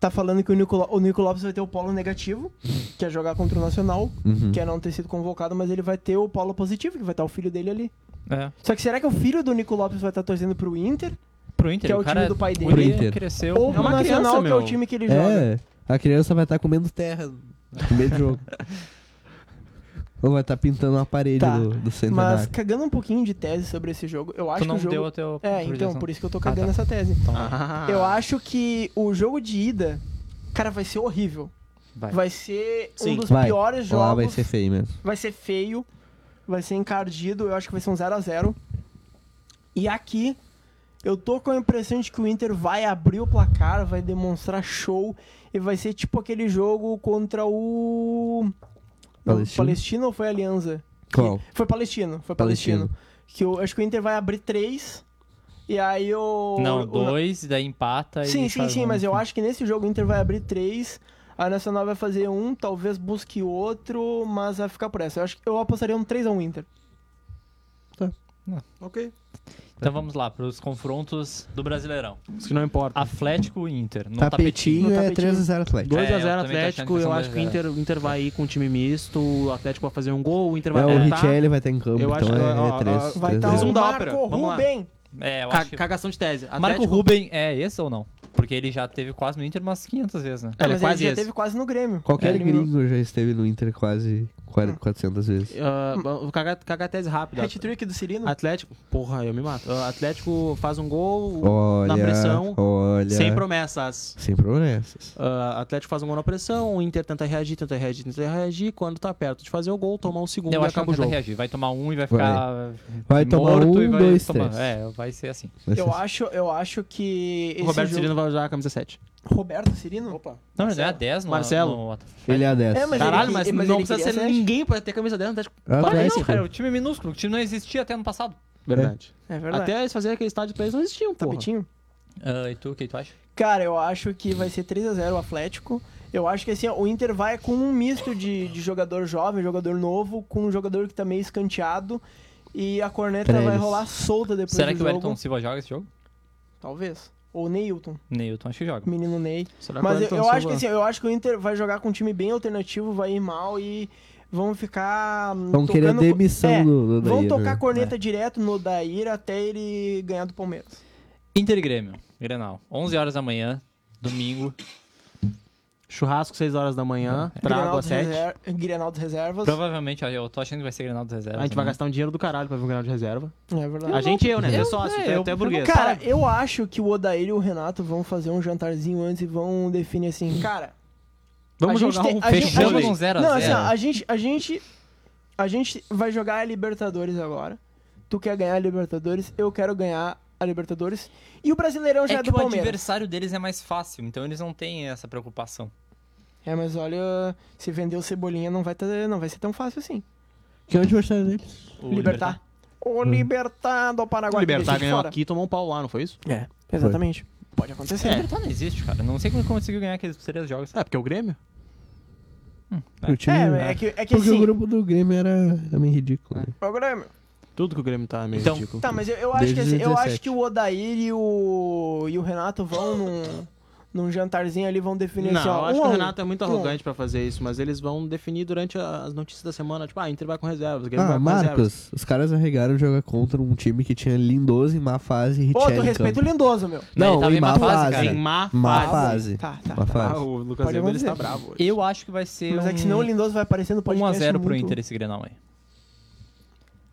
A: tá falando que o Nico, Lo- o Nico Lopes vai ter o polo negativo, que é jogar contra o Nacional,
D: Uhum.
A: que é não ter sido convocado, mas ele vai ter o polo positivo, que vai estar o filho dele ali.
B: É.
A: Só que será que o filho do Nico Lopes vai estar torcendo pro Inter?
B: Pro Inter,
A: Que é o
B: o cara
A: time do pai dele.
B: Pro
D: Pro Inter.
B: cresceu.
A: Ou
C: É
A: pro
C: uma criança,
A: Nacional, que é o
C: meu.
A: time que ele joga?
D: É, a criança vai estar comendo terra no meio do jogo. Ou vai estar pintando uma parede
A: Tá,
D: do, do centenário.
A: Mas cagando um pouquinho de tese sobre esse jogo, eu acho
B: tu não
A: que o jogo
B: deu até o...
A: É, então, por isso que eu tô
B: tá.
A: cagando essa tese.
C: Ah,
A: Eu acho que o jogo de ida, cara, vai ser horrível.
B: Vai.
A: Vai ser
C: Sim.
A: um dos
D: Vai.
A: piores jogos.
D: Lá vai ser feio mesmo.
A: vai ser feio, vai ser encardido, eu acho que vai ser um 0 a 0 E aqui, eu tô com a impressão de que o Inter vai abrir o placar, vai demonstrar show, e vai ser tipo aquele jogo contra o... Não,
D: Palestino?
A: Palestino ou foi Alianza?
D: Qual?
A: Que- Foi Palestino, foi Palestino.
D: Palestino.
A: Que eu acho que o Inter vai abrir três, e aí o...
B: Não,
A: o-
B: dois, daí empata
A: Sim,
B: e
A: sim,
B: faz
A: sim,
B: um-
A: mas eu acho que nesse jogo o Inter vai abrir três, a Nacional vai fazer um, talvez busque outro, mas vai ficar por essa. Eu acho que eu apostaria um 3x1 Inter.
C: ok.
B: Então vamos lá, pros confrontos do Brasileirão.
C: Isso que não importa.
B: Atlético e Inter, no tapetinho.
D: tapetinho,
A: tapetinho.
D: é 3x0 Atlético.
C: 2x0
B: eu também tô achando
C: Atlético,
B: que
C: eu
B: são
C: acho que o
B: 2 a 0.
C: Inter, o Inter vai ir com um time misto, o Atlético vai fazer um gol, o Inter vai
D: É, o
C: tentar.
D: Richelli vai estar em campo,
C: Eu
D: então
C: acho- ó, ó, ó,
D: é 3.
A: Vai tá um estar
C: Resumo
A: o
C: da
A: Marco
C: ópera, vamos lá.
A: Ruben.
B: É, eu
C: Ca-
B: acho que...
C: Cagação de tese.
B: Marco
C: Atlético-
B: Ruben é esse ou não? Porque ele já teve quase no Inter umas 500 vezes, né?
C: É, ele
A: mas
C: quase
A: ele já
C: esse. é
A: teve quase no Grêmio.
D: Qualquer
A: Ele eliminou-
D: gringo já esteve no Inter quase 400, 400 vezes.
C: Ah, vou cagar, cagar a tese rápida.
A: Hat-trick do Cirino.
C: Atlético. Porra, eu me mato. Ah, Atlético faz um gol
D: Olha,
C: na pressão,
D: olha.
C: sem promessas.
D: sem promessas.
C: Ah, Atlético faz um gol na pressão, o Inter tenta reagir, tenta reagir, tenta reagir. Quando tá perto de fazer o gol, toma o segundo
B: Eu
C: e
B: acho que não
C: acaba o
B: tenta
C: é jogo.
B: reagir. Vai tomar um e vai
D: Vai.
B: ficar
D: Vai tomar
B: morto e
D: um,
B: vai
D: dois,
B: tomar.
D: três.
B: É, vai ser assim.
D: Vai ser
A: Eu acho, eu acho que
C: O
A: esse
C: Roberto
A: jogo...
C: Cirino vai usar a camisa 7.
A: Roberto Cirino?
C: Opa.
B: Não, ele não é a 10 no
C: Marcelo.
B: No...
D: Ele é a 10.
A: É, mas
C: Caralho,
A: ele-
C: mas,
A: mas
C: não
A: ele
C: precisa
A: queria
C: ser
A: sete.
C: ninguém pra ter camisa 10 no Atlético.
D: Ah,
B: Claro
D: tá,
B: que
D: esse
B: não,
D: cara.
B: cara. O time é minúsculo. O time não existia até ano passado.
C: Verdade.
A: É verdade. Tá
C: Até eles fazerem aquele estádio pra eles não existiam, porra.
A: Tapetinho?
B: Ah, e tu, o que tu acha?
A: Cara, eu acho que vai ser 3 a 0 o Atlético. Eu acho que assim, ó, o Inter vai com um misto de, de jogador jovem, jogador novo, com um jogador que tá meio escanteado. E a corneta
D: Pra
A: vai
D: eles.
A: rolar solta depois
B: Será
A: do
B: que o
A: jogo.
B: Wellington Silva joga esse jogo?
A: Talvez. Ou Neilton,
B: Neilton, acho que joga.
A: menino Ney.
C: Será que então o
A: Mas eu,
C: Everton
A: eu acho
C: Silva-
A: que assim, eu acho que o Inter vai jogar com um time bem alternativo, vai ir mal e vão ficar. hum,
D: Vão querer a
A: tocando-
D: demissão
A: É,
D: do, do
A: Vão
D: Odair,
A: tocar
D: né?
A: corneta direto no Daíra até ele ganhar do Palmeiras.
B: Inter e Grêmio. Grenal. 11 horas da manhã, domingo.
C: Churrasco 6 horas da manhã, trago às 7.
A: reser... Grenal dos reservas.
B: Provavelmente, eu tô achando que vai ser Grenal dos reservas.
C: A gente vai
B: né?
C: gastar um dinheiro do caralho pra ver o Grenal de reserva.
A: É verdade.
C: a gente e eu, né?
B: eu-
C: Eu, sócio,
B: é,
C: tu é,
B: eu-
C: tu é burguês.
A: Cara, eu acho que o Odair e o Renato vão fazer um jantarzinho antes e vão definir assim, cara.
C: Vamos
A: a gente
C: jogar
A: tem-
C: um
A: a gente-
C: fechando.
A: a
B: Fechamos
A: gente-
B: um 0x0.
A: Não, assim, ó, a gente, a gente. A gente vai jogar a Libertadores agora. Tu quer ganhar a Libertadores, eu quero ganhar a Libertadores. E o Brasileirão já é,
B: é que
A: do
B: o
A: Palmeiras.
B: adversário deles é mais fácil, então eles não têm essa preocupação.
A: É, mas olha, se vender o Cebolinha não vai, tá, não vai ser tão fácil assim.
D: Quem é o adversário deles?
B: O
A: um libertar. O Libertar do Paraguai.
C: O Libertar
A: que deixa de
C: ganhou
A: fora.
C: aqui e tomou um pau lá, não foi isso?
A: É, exatamente. Pode acontecer.
B: O Libertar tá, não existe, cara. Não sei como ele conseguiu ganhar aqueles três jogos.
C: É, porque é o Grêmio.
D: O time...
A: É, é que, é que
D: Porque o
A: assim,
D: grupo do Grêmio era, era meio ridículo. né?
A: o Grêmio.
C: Tudo que o Grêmio tá meio
B: Então,
C: ridículo.
A: Tá, mas eu, eu acho
D: Desde
A: que assim, eu
D: 17.
A: acho que o Odair e o, e o Renato vão num, num jantarzinho ali, vão definir assim,
C: Não,
A: ó.
C: eu acho
A: um
C: que
A: a
C: o
A: um.
C: Renato é muito
A: Um a um.
C: arrogante pra fazer isso, mas eles vão definir durante a- as notícias da semana, tipo, ah, Inter vai com reservas, Grêmio vai
D: Ah,
C: com reservas.
D: Marcos, os caras arregaram jogar contra um time que tinha Lindoso em má fase e
A: Pô, tu
D: Richelli em
A: respeita
D: campo.
A: o Lindoso, meu.
B: Ele
D: Não,
B: tava
D: em má fase,
B: cara.
C: Em má
D: Má
C: fase.
D: fase.
A: Tá, tá.
D: Má
C: Ah,
D: fase.
C: o Lucas
A: Pode
C: Weber ele está
A: acontecer.
C: bravo hoje.
B: Eu acho que vai ser
A: Mas
B: um...
A: é que senão o Lindoso vai
C: Um
A: aparecendo no podcast
B: 1x0 pro
A: muito.
B: Inter esse Grenal aí.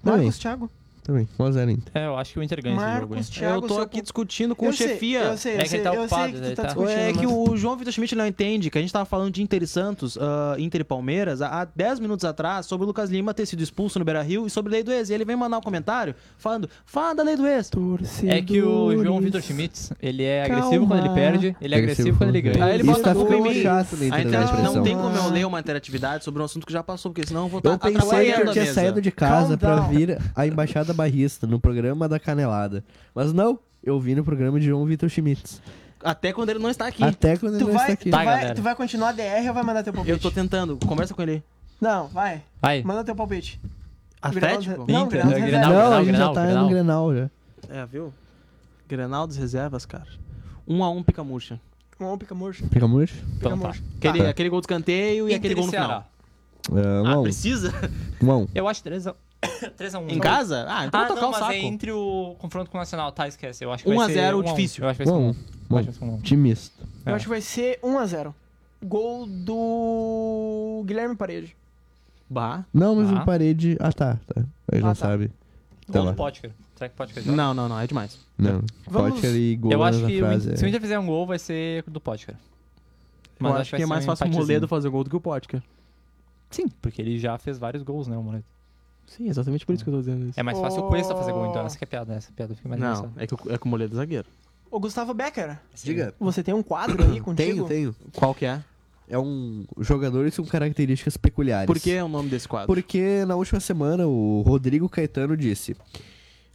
A: Marcos Thiago.
D: Também, 1x0 Inter.
B: É, eu acho que o Inter ganha esse jogo. hein.
A: Marcos Thiago.
C: eu tô
A: seu
C: aqui
A: ponto-
C: discutindo com
A: eu
C: o
A: sei,
C: chefia. né,
A: Eu sei, eu
B: É que
A: sei,
B: ele tá
A: eu sei
B: ocupado,
A: que tu
B: ele
A: tá
B: tá-
A: discutindo.
C: É que
A: mas-
C: o João Vitor Schmidt não entende que a gente tava falando de Inter e Santos, ah, Inter e Palmeiras, há há 10 minutos atrás, sobre o Lucas Lima ter sido expulso no Beira Rio e sobre lei do ex. E ele vem mandar um comentário falando: fala da lei do ex.
B: É que o João Vitor Schmitz, ele é agressivo
A: Calma.
B: quando ele perde, ele é agressivo quando ele ganha.
A: Aí ele
D: Isso
A: bota
D: tá
A: a culpa
D: ficando
A: em mim.
D: chato na
C: A
D: internet.
C: internet
D: a
C: tá, não
D: pressão.
C: tem como eu ler uma interatividade sobre um assunto que já passou, porque senão eu vou estar
D: Eu pensei que
C: atrapalhando
D: eu
C: a
D: tinha
C: mesa.
D: saído de
A: Calm
D: casa pra
A: down.
D: vir à Embaixada Barrista, no programa da Canelada. Mas não, eu vi no programa de João Vitor Schmitz.
C: Até quando ele não está aqui.
D: Até quando ele
A: Tu
D: não está
A: vai, tu,
D: aqui.
B: Tá,
A: vai,
B: galera.
A: tu vai continuar a DR ou vai mandar teu palpite?
C: Eu tô tentando, conversa com ele.
A: Não, vai.
B: Aí,
A: Manda teu palpite.
C: Atlético?
A: Não,
B: Inter,
A: Grenal,
B: é
A: Grenal,
B: Grenal,
D: não,
B: Grenal,
D: a gente
B: Grenal,
D: já tá
B: Grenal.
D: no Grenal já.
C: É, viu? Grenal das reservas, cara. Um a um pica murcha.
A: Um pica murcha.
D: Fica muito?
A: Fica
B: então tá.
A: murcha.
C: Aquele, aquele gol de escanteio e aquele gol no final.
D: É,
C: Ah,
D: um a
C: precisa?
D: um. Um a um.
B: Eu acho 3x1. 3x1.
C: Em casa? Ah, então
B: Ah,
C: vou tocar
B: um. não,
C: o
B: mas
C: saco.
B: é entre o confronto com o Nacional. Tá, esquece. Eu acho que
C: 1 a
B: vai ser
C: 0
B: 1 a 1.
C: difícil.
B: Eu acho que vai
D: Um
B: ser
D: a um.
B: 1
D: Bom,
B: Acho que vai ser um a um.
D: Time misto.
A: Eu
B: É.
A: acho que vai ser 1x0. Gol do Guilherme Parede.
C: Bah.
D: Não, mas
B: Tá.
D: o parede. Ah, tá. tá. Ele
A: Ah,
D: não
A: tá.
D: sabe. Tá
B: Gol
D: lá.
B: do Potker. Será que o Potker joga?
C: Não, não, não, é demais.
D: Não.
A: Vamos-
D: Potter e gol
B: Eu acho
D: na
B: que o
D: Tipo, frase. é
B: Inter- se o Inter fizer um gol, vai ser do Potker.
C: eu acho que é mais fácil o
B: assim.
C: Moledo fazer gol do que o Potker.
B: Sim, porque ele já fez vários gols, né, o Moledo.
C: Sim, exatamente por isso que eu tô dizendo isso.
B: É mais fácil
A: Oh.
B: o Cuesta fazer gol, então. Essa que é a piada, né? Essa piada fica mais
C: não,
B: engraçada.
C: é que, o- é que o Moledo é zagueiro.
A: Ô, Gustavo Becker,
D: Diga.
A: você tem um quadro aí contigo?
D: Tenho, tenho.
C: Qual que é?
D: É um jogadores com características peculiares.
C: Por que é o nome desse quadro?
D: Porque na última semana o Rodrigo Caetano disse.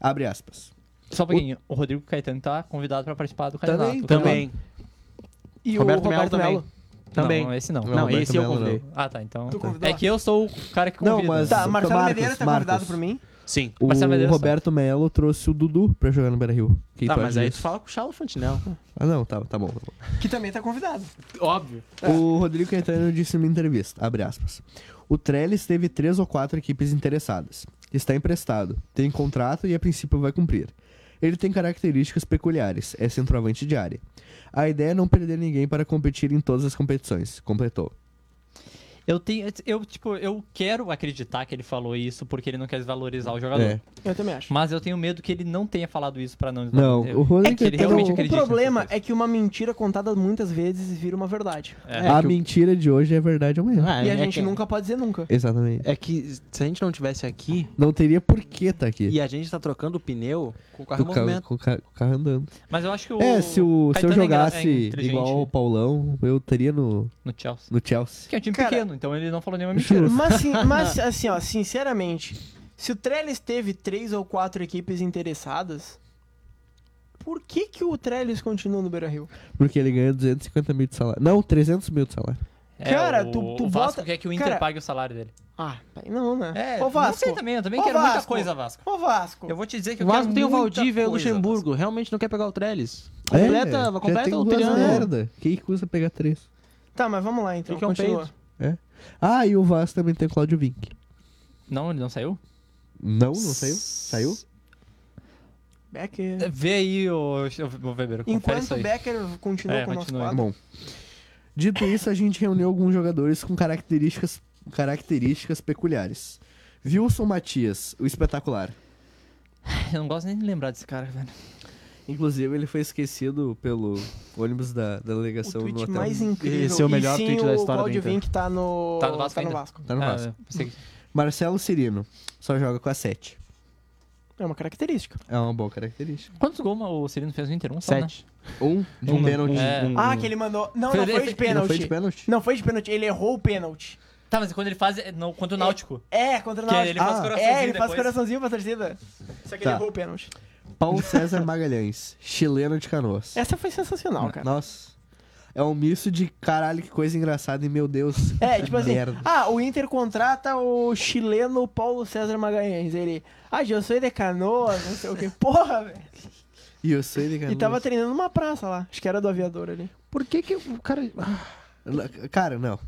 D: Abre aspas.
B: Só um pouquinho. O Rodrigo Caetano tá convidado pra participar do
D: Também,
B: candidato.
C: Também.
A: E
C: Roberto
A: o
C: Melo
A: Roberto
C: também.
A: Melo.
C: Também.
B: Não, esse não.
C: Não,
D: Roberto
C: esse eu
D: Melo,
C: convidei.
B: Ah, tá. Então.
A: Tu convidou?
B: É que eu sou o cara que
D: Não,
B: convida.
D: mas-
A: Tá, Marcelo
D: Marcos,
A: Medeiros tá
D: Marcos.
A: convidado pra mim.
C: Sim.
D: O
B: Marcelo Medeiros
D: Roberto Melo trouxe o Dudu pra jogar no Beira Rio.
C: Tá, mas aí tu fala com o Chalo Fantinel.
D: Ah, não, tá, tá bom. Tá bom.
A: Que também tá convidado.
C: Óbvio.
B: É.
D: O Rodrigo Caetano disse numa entrevista, abre aspas. O Trellis teve três ou quatro equipes interessadas. Está emprestado, tem contrato e a princípio vai cumprir. Ele tem características peculiares, é centroavante de área. A ideia é não perder ninguém para competir em todas as competições, completou.
B: Eu tenho. Eu, tipo, eu quero acreditar que ele falou isso porque ele não quer desvalorizar o jogador.
D: É.
A: Eu também acho.
B: Mas eu tenho medo que ele não tenha falado isso pra não
D: Não,
B: desvalorizar.
D: o Rosen
B: É que ele
D: tentou-
B: realmente
A: o
B: acredita
A: problema
B: nessas
C: né?
A: é que uma mentira contada muitas vezes vira uma verdade.
B: É.
D: a
C: que o-
D: mentira de hoje é verdade amanhã.
C: Ah,
A: e a
C: é
A: gente
C: que-
A: nunca pode dizer nunca.
D: Exatamente.
C: É que se a gente não tivesse aqui
D: Não teria por que tá aqui.
B: é,
C: e a gente tá trocando o pneu com o carro
D: Do
C: em
D: carro-
C: movimento.
D: com o ca- com o carro andando.
B: Mas eu acho que um o.
D: é, se, o, se eu
B: Caetano é engra- é
D: jogasse
B: inteligente
D: igual o Paulão, eu teria no,
B: No Chelsea.
D: no Chelsea.
B: Que é um time
A: Cara,
B: pequeno, então ele não falou nenhuma mentira.
A: Mas, sim, mas assim, ó, sinceramente, se o Trellis teve três ou quatro equipes interessadas, por que que o Trellis continua no Beira-Rio?
D: Porque ele ganha 250 mil de salário. Não, 300 mil de salário.
B: É,
A: Cara,
B: o,
A: tu- tu
B: o Vasco
A: bota-
B: quer que o Inter
A: cara-
B: pague o salário dele.
A: Ah, pai, não, né?
B: É,
A: Ô
B: não
A: Vasco,
B: sei também, eu também
A: Ô,
B: quero muita
A: Vasco.
B: coisa, Vasco.
A: ô Vasco,
B: Eu vou te dizer que
C: O
B: eu
C: Vasco
B: quero
C: tem o
B: muita
C: Valdívia e o
B: coisa,
C: Luxemburgo. Realmente não quer pegar o Trellis. Completa,
D: é, já
C: completa
D: tem
C: o
D: duas
C: triângulo.
D: merda. Quem custa pegar três?
A: Tá, mas vamos lá então,
C: Fica um
A: continua.
C: peito.
D: Ah, e o Vasco também tem o Claudio Vink.
B: Vasco. Não, ele não saiu?
D: Não, não saiu? Saiu?
A: Becker.
B: É, Vê aí, o, o Weber, confere
A: Enquanto
B: isso
A: o
B: aí.
A: Becker continua
B: É,
A: com o nosso
B: continua.
A: quadro.
D: Tá Bom. Dito isso, a gente reuniu alguns jogadores com características, características peculiares. Wilson Matias, o espetacular.
B: Eu não gosto nem de lembrar desse cara, velho.
D: Inclusive, ele foi esquecido pelo ônibus da, da
A: O
D: delegação no
A: tweet
D: hotel.
A: mais incrível.
C: Esse é o melhor
A: e sim,
C: tweet da história
A: O
C: do
A: Claudio
C: Inter.
A: Vink tá no,
B: Tá no Vasco
A: no
B: ainda.
A: Vasco.
D: Tá no
B: Ah,
D: Vasco.
B: eu pensei que-
D: Marcelo Cirino, só joga com a 7.
A: É uma característica.
D: É uma boa característica.
B: Quantos gols o Cirino fez no Inter? Um só, né?
C: Sete.
D: Um de
B: Um,
D: um pênalti.
B: é.
C: Um-
A: Ah, que ele mandou. Não,
B: Foi-
A: não foi de
B: ele-
D: Não foi
A: pênalti.
D: de pênalti?
A: Não foi de pênalti, ele errou o pênalti.
B: Tá, mas quando ele faz é no, contra o Náutico.
A: É, contra o
B: Que
A: Náutico.
B: ele faz
D: Ah,
B: coraçãozinho
A: É, ele faz
B: depois.
A: coraçãozinho pra torcida. Só que
D: Tá.
A: ele errou o pênalti.
D: Paulo César Magalhães, chileno de canoas.
A: Essa foi sensacional, É cara.
D: Nossa. É um misto de caralho, que coisa engraçada e meu Deus.
A: É, tipo assim,
D: Merda.
A: ah, o Inter contrata o chileno Paulo César Magalhães. Ele, ah, eu sou de Canoas, não sei o que. Porra, velho.
D: E eu sei de
A: E
D: canoas.
A: tava treinando numa praça lá. Acho que era do aviador ali.
C: Por que que o cara...
D: N- Cara, não.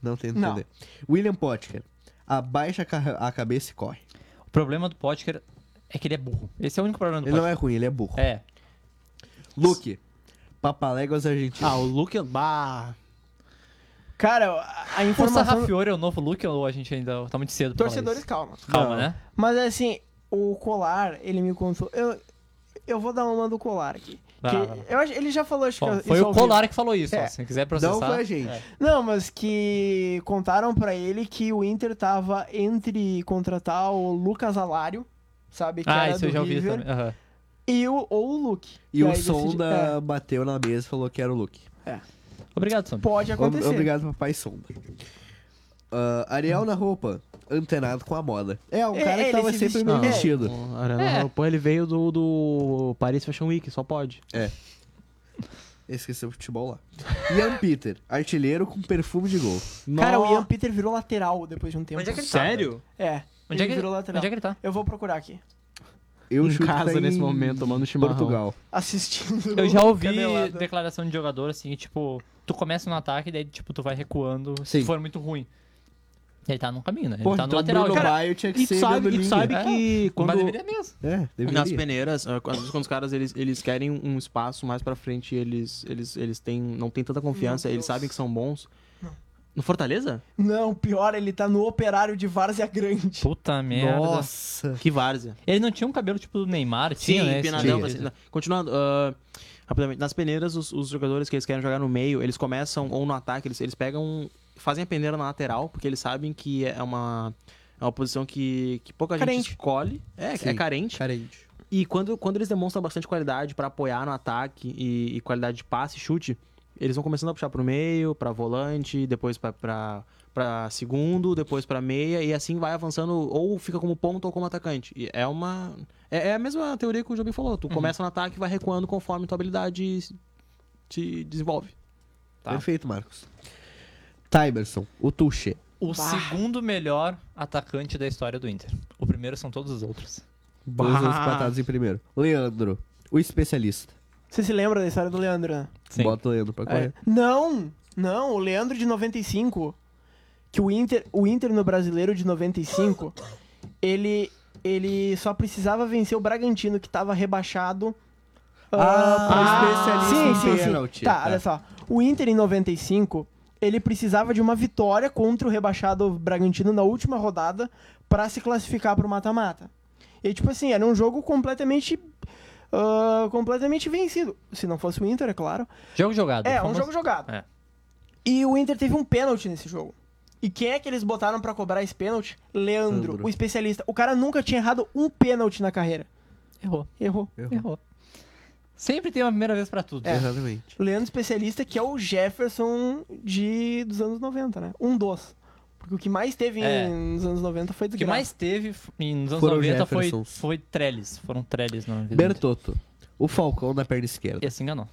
D: Não tem
A: Não.
D: entender. William Potker, abaixa a ca- a cabeça e corre.
B: O problema do Potker é que ele é burro. Esse é o único problema do
D: Ele não
B: Potker.
D: é ruim, ele é burro.
B: É.
D: Luke, papaléguas argentinos.
C: Ah, o Luke... Bah...
A: Cara, a- a
B: Força
A: informação.
B: Rafiori é o novo Luke ou a gente ainda tá muito cedo pra falar
A: Torcedores,
B: isso?
A: calma.
B: Calma,
D: Não.
B: né?
A: Mas assim, o colar, ele me contou. Eu, eu vou dar uma do colar aqui.
B: Vai
A: Que
B: lá, vai lá.
A: eu acho- ele já falou, acho
B: Bom,
A: que.
B: foi
A: isso é
B: o
A: ao vivo.
B: Colar que falou isso.
A: É.
B: ó, Se quiser processar.
D: Não foi a gente.
B: É.
A: Não, mas que contaram pra ele que o Inter tava entre contratar o Lucas Alário, sabe? Que
B: Ah,
A: era
B: isso
A: do
B: eu já ouvi
A: River,
B: também. Aham.
A: E o, ou o Luke.
D: E
A: Daí
D: o
A: decidi-
D: Sonda
A: é,
D: bateu na mesa e falou que era o Luke.
B: Obrigado, Sam.
A: pode acontecer.
D: Obrigado, papai Sonda. Ah, Ariel na roupa, antenado com a moda. É, um
A: É,
D: cara que
A: ele
D: tava
A: se
D: sempre
A: vestiu-
D: meio
A: é.
D: vestido.
C: O Arana
B: É.
C: Pô, ele veio do, do Paris Fashion Week, só pode.
D: Esqueceu o futebol lá. Ian Peter, artilheiro com perfume de gol.
A: Cara, o
C: Nó.
A: Ian Peter virou lateral depois de um tempo.
B: Onde é que ele
C: Sério?
A: É.
B: Onde é, que,
A: ele virou
B: onde
A: lateral.
B: é que ele tá?
A: Eu vou procurar aqui.
D: Eu
C: em
D: chuto que tá
C: casa
D: em
C: nesse momento, tomando chimarrão. tá
D: Portugal.
A: Assistindo.
B: Eu já ouvi
A: Canelada.
B: declaração de jogador assim, tipo, tu começa no ataque e daí, tipo, tu vai recuando
D: Sim.
B: se for muito ruim. Ele tá no caminho, né? Ele
D: Pô,
B: tá no
D: então
B: lateral.
D: Bruno
B: já.
D: Baio tinha que
C: E tu
D: ser
C: sabe,
D: dando
C: e tu
D: linha.
C: sabe
B: É.
C: que
B: Mas
C: quando...
B: deveria mesmo.
D: É, deveria.
C: Nas peneiras, eh, às vezes quando os caras eles, eles querem um espaço mais pra frente, eles eles eles têm não tem tanta confiança,
A: Meu
C: eles
A: Deus.
C: sabem que são bons. No Fortaleza?
A: Não, pior, ele tá no operário de Várzea Grande.
B: Puta merda.
D: Nossa.
C: Que várzea.
B: Ele não tinha um cabelo tipo do Neymar? tinha, né? esse
D: tinha.
C: empinadão.
B: tipo
C: pra
B: de
C: cima.
B: coisa.
C: Continuando, ah, rapidamente. Nas peneiras, os, os jogadores que eles querem jogar no meio, eles começam ou no ataque, eles, eles pegam. Fazem a peneira na lateral, porque eles sabem que é uma. É uma posição que, que pouca gente
A: Carente.
C: escolhe. É,
D: Sim.
C: é carente.
D: Carente.
C: E quando, quando eles demonstram bastante qualidade pra apoiar no ataque e, e qualidade de passe e chute, eles vão começando a puxar pro meio, pra volante, depois pra- pra pra segundo, depois pra meia e assim vai avançando ou fica como ponta ou como atacante. E é uma é, é a mesma teoria que o Jobim falou, tu começa no ataque e vai recuando conforme tua habilidade se- se desenvolve.
B: Tá.
D: Perfeito, Marcos. Tyberson, o Tuche.
B: O
A: Bah.
B: segundo melhor atacante da história do Inter. O primeiro são todos os outros.
D: Dois anos empatados em primeiro. Leandro, o especialista.
A: Você se lembra da história do Leandro, né?
B: Sim.
D: Bota o Leandro pra correr.
A: É. Não, não, o Leandro de 95, que o Inter, o Inter no Brasileiro de 95, ele ele só precisava vencer o Bragantino que tava rebaixado.
D: Ah,
A: pra-
D: especialista em
A: Ah, sim, sim, sim.
D: pênalti.
A: Tá,
D: Tá.
A: olha só. O Inter em 95, ele precisava de uma vitória contra o rebaixado Bragantino na última rodada para se classificar para o mata-mata. E tipo assim, era um jogo completamente ah, completamente vencido, se não fosse o Inter, é claro.
B: Jogo jogado.
A: É, um
B: Tá famoso-
A: jogo jogado.
B: É.
A: E o Inter teve um pênalti nesse jogo. E quem é que eles botaram pra cobrar esse pênalti? Leandro,
D: Leandro.
A: o especialista. O cara nunca tinha errado um pênalti na carreira.
B: Errou,
A: Errou.
D: Errou.
B: errou. Sempre tem uma primeira vez pra
A: É.
B: tudo.
D: Exatamente.
A: Leandro especialista, que é o Jefferson de dos anos 90, né? Um dos. Porque o que mais teve em-
B: É.
A: nos anos 90 foi
B: O que
A: desgraça.
B: mais teve f- em- nos anos
D: Foram
B: 90 foi,
D: Jeffersons.
B: foi treles. Foram treles na vida.
D: Bertotto, o Falcão da perna esquerda.
B: Esse enganou.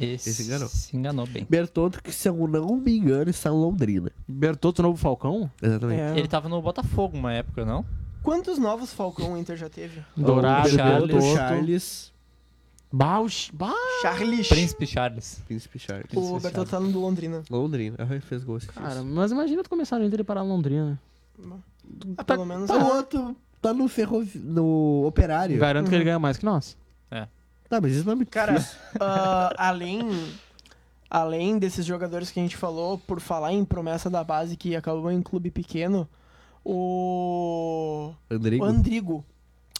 B: Esse,
D: Esse enganou.
B: Se enganou bem.
D: Bertotto, que se eu não me engano, está em Londrina.
C: Bertotto, novo Falcão?
D: Exatamente.
A: É.
B: Ele tava no Botafogo uma época, não?
A: Quantos novos Falcão o Inter já teve?
C: Dourado,
D: O Bertotto,
B: Bertotto.
D: Charles,
C: Bausch. Bah,
A: Charles.
B: Príncipe Charles.
D: Príncipe Charles.
A: o Bertotto tá no do Londrina.
D: Londrina. Ah, ele fez gol. esse
C: cara,
D: fez.
C: mas imagina tu começar no Inter e parar em Londrina.
A: Ah, pelo menos.
D: Tá
A: é.
D: outro, tá no ferrovi... no operário.
C: Garanto que ele ganha mais que nós.
D: Tá, mas isso não é muito
A: Cara,
D: difícil.
A: ah, além, além desses jogadores que a gente falou, por falar em promessa da base que acabou em clube pequeno, o, o
D: Andrigo.
A: Andrigo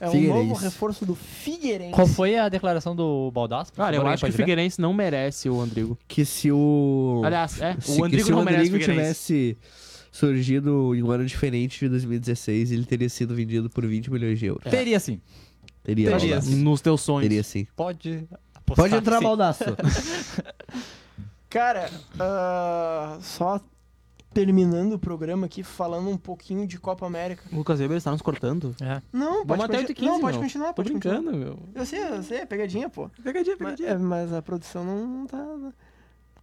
A: é um
D: Figueirense.
A: novo reforço do Figueirense.
B: Qual foi a declaração do Baldasso?
C: Cara, eu
B: Agora
C: acho que o
B: pode ver.
C: Figueirense não merece o Andrigo.
D: Que se o...
C: Aliás, é,
D: se,
C: o
D: que
C: Andrigo
D: se o
C: não merece o
D: Andrigo
C: Figueirense.
D: tivesse surgido em um ano diferente de 2016, ele teria sido vendido por 20 milhões de euros.
B: Teria sim.
D: Teria,
B: Teria.
D: Baldasso.
C: Nos teus sonhos.
D: Teria sim.
B: Pode apostar.
D: Pode entrar,
B: que sim.
D: Baldasso.
A: Cara, ah, só terminando o programa aqui, falando um pouquinho de Copa América.
C: O Lucas Weber está nos cortando.
B: É.
A: Não, pode,
C: Vamos até
A: conti-
C: 8 h 15,
A: não, pode
C: meu.
A: continuar,
C: Tô
A: pode continuar.
C: brincando, meu.
A: Eu sei, eu sei, é pegadinha, pô.
C: Pegadinha,
A: Mas, é, mas a produção não, não tá.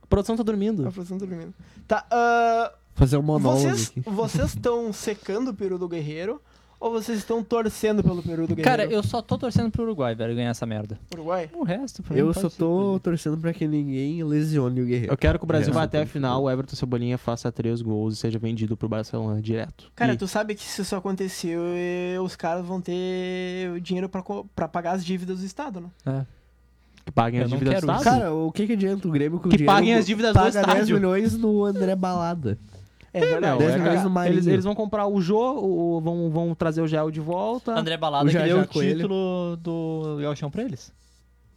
C: A produção tá dormindo.
A: A produção tá dormindo. Tá, ah,
D: Fazer um monólogo
A: Vocês
D: aqui.
A: vocês estão secando o peru do guerreiro ou vocês estão torcendo pelo peru do guerreiro?
B: Cara, eu só tô torcendo pro Uruguai, velho, ganhar essa merda.
A: Uruguai?
B: O resto, pra mim,
D: Eu
B: pode
D: só
B: ser.
D: tô torcendo pra que ninguém lesione o Guerreiro.
C: Eu quero que o Brasil
D: É,
C: vá
D: sim,
C: até a
D: tem que-
C: final, o Everton Cebolinha faça três gols e seja vendido pro Barcelona direto.
A: Cara,
C: e...
A: tu sabe que se isso acontecer, eh, os caras vão ter o dinheiro pra, co- pra pagar as dívidas do Estado, né?
C: que paguem
B: Eu
C: as
B: não
C: dívidas
B: quero
C: do
B: isso.
C: Estado.
D: Ah, Cara, o que que adianta o Grêmio com
C: Que
D: dinheiro
C: paguem as dívidas do
D: paga
C: estádio.
D: 10 milhões no André Balada.
A: É
C: Não,
A: verdade.
D: dez
C: é,
D: milhões
C: cara,
D: no Marinho.
C: eles, eles vão comprar o Jô, o- vão, vão trazer o Gel de volta.
B: André Balada
D: O
B: que
D: Jajá
B: deu o
D: Coelho.
B: título do Galchão pra eles.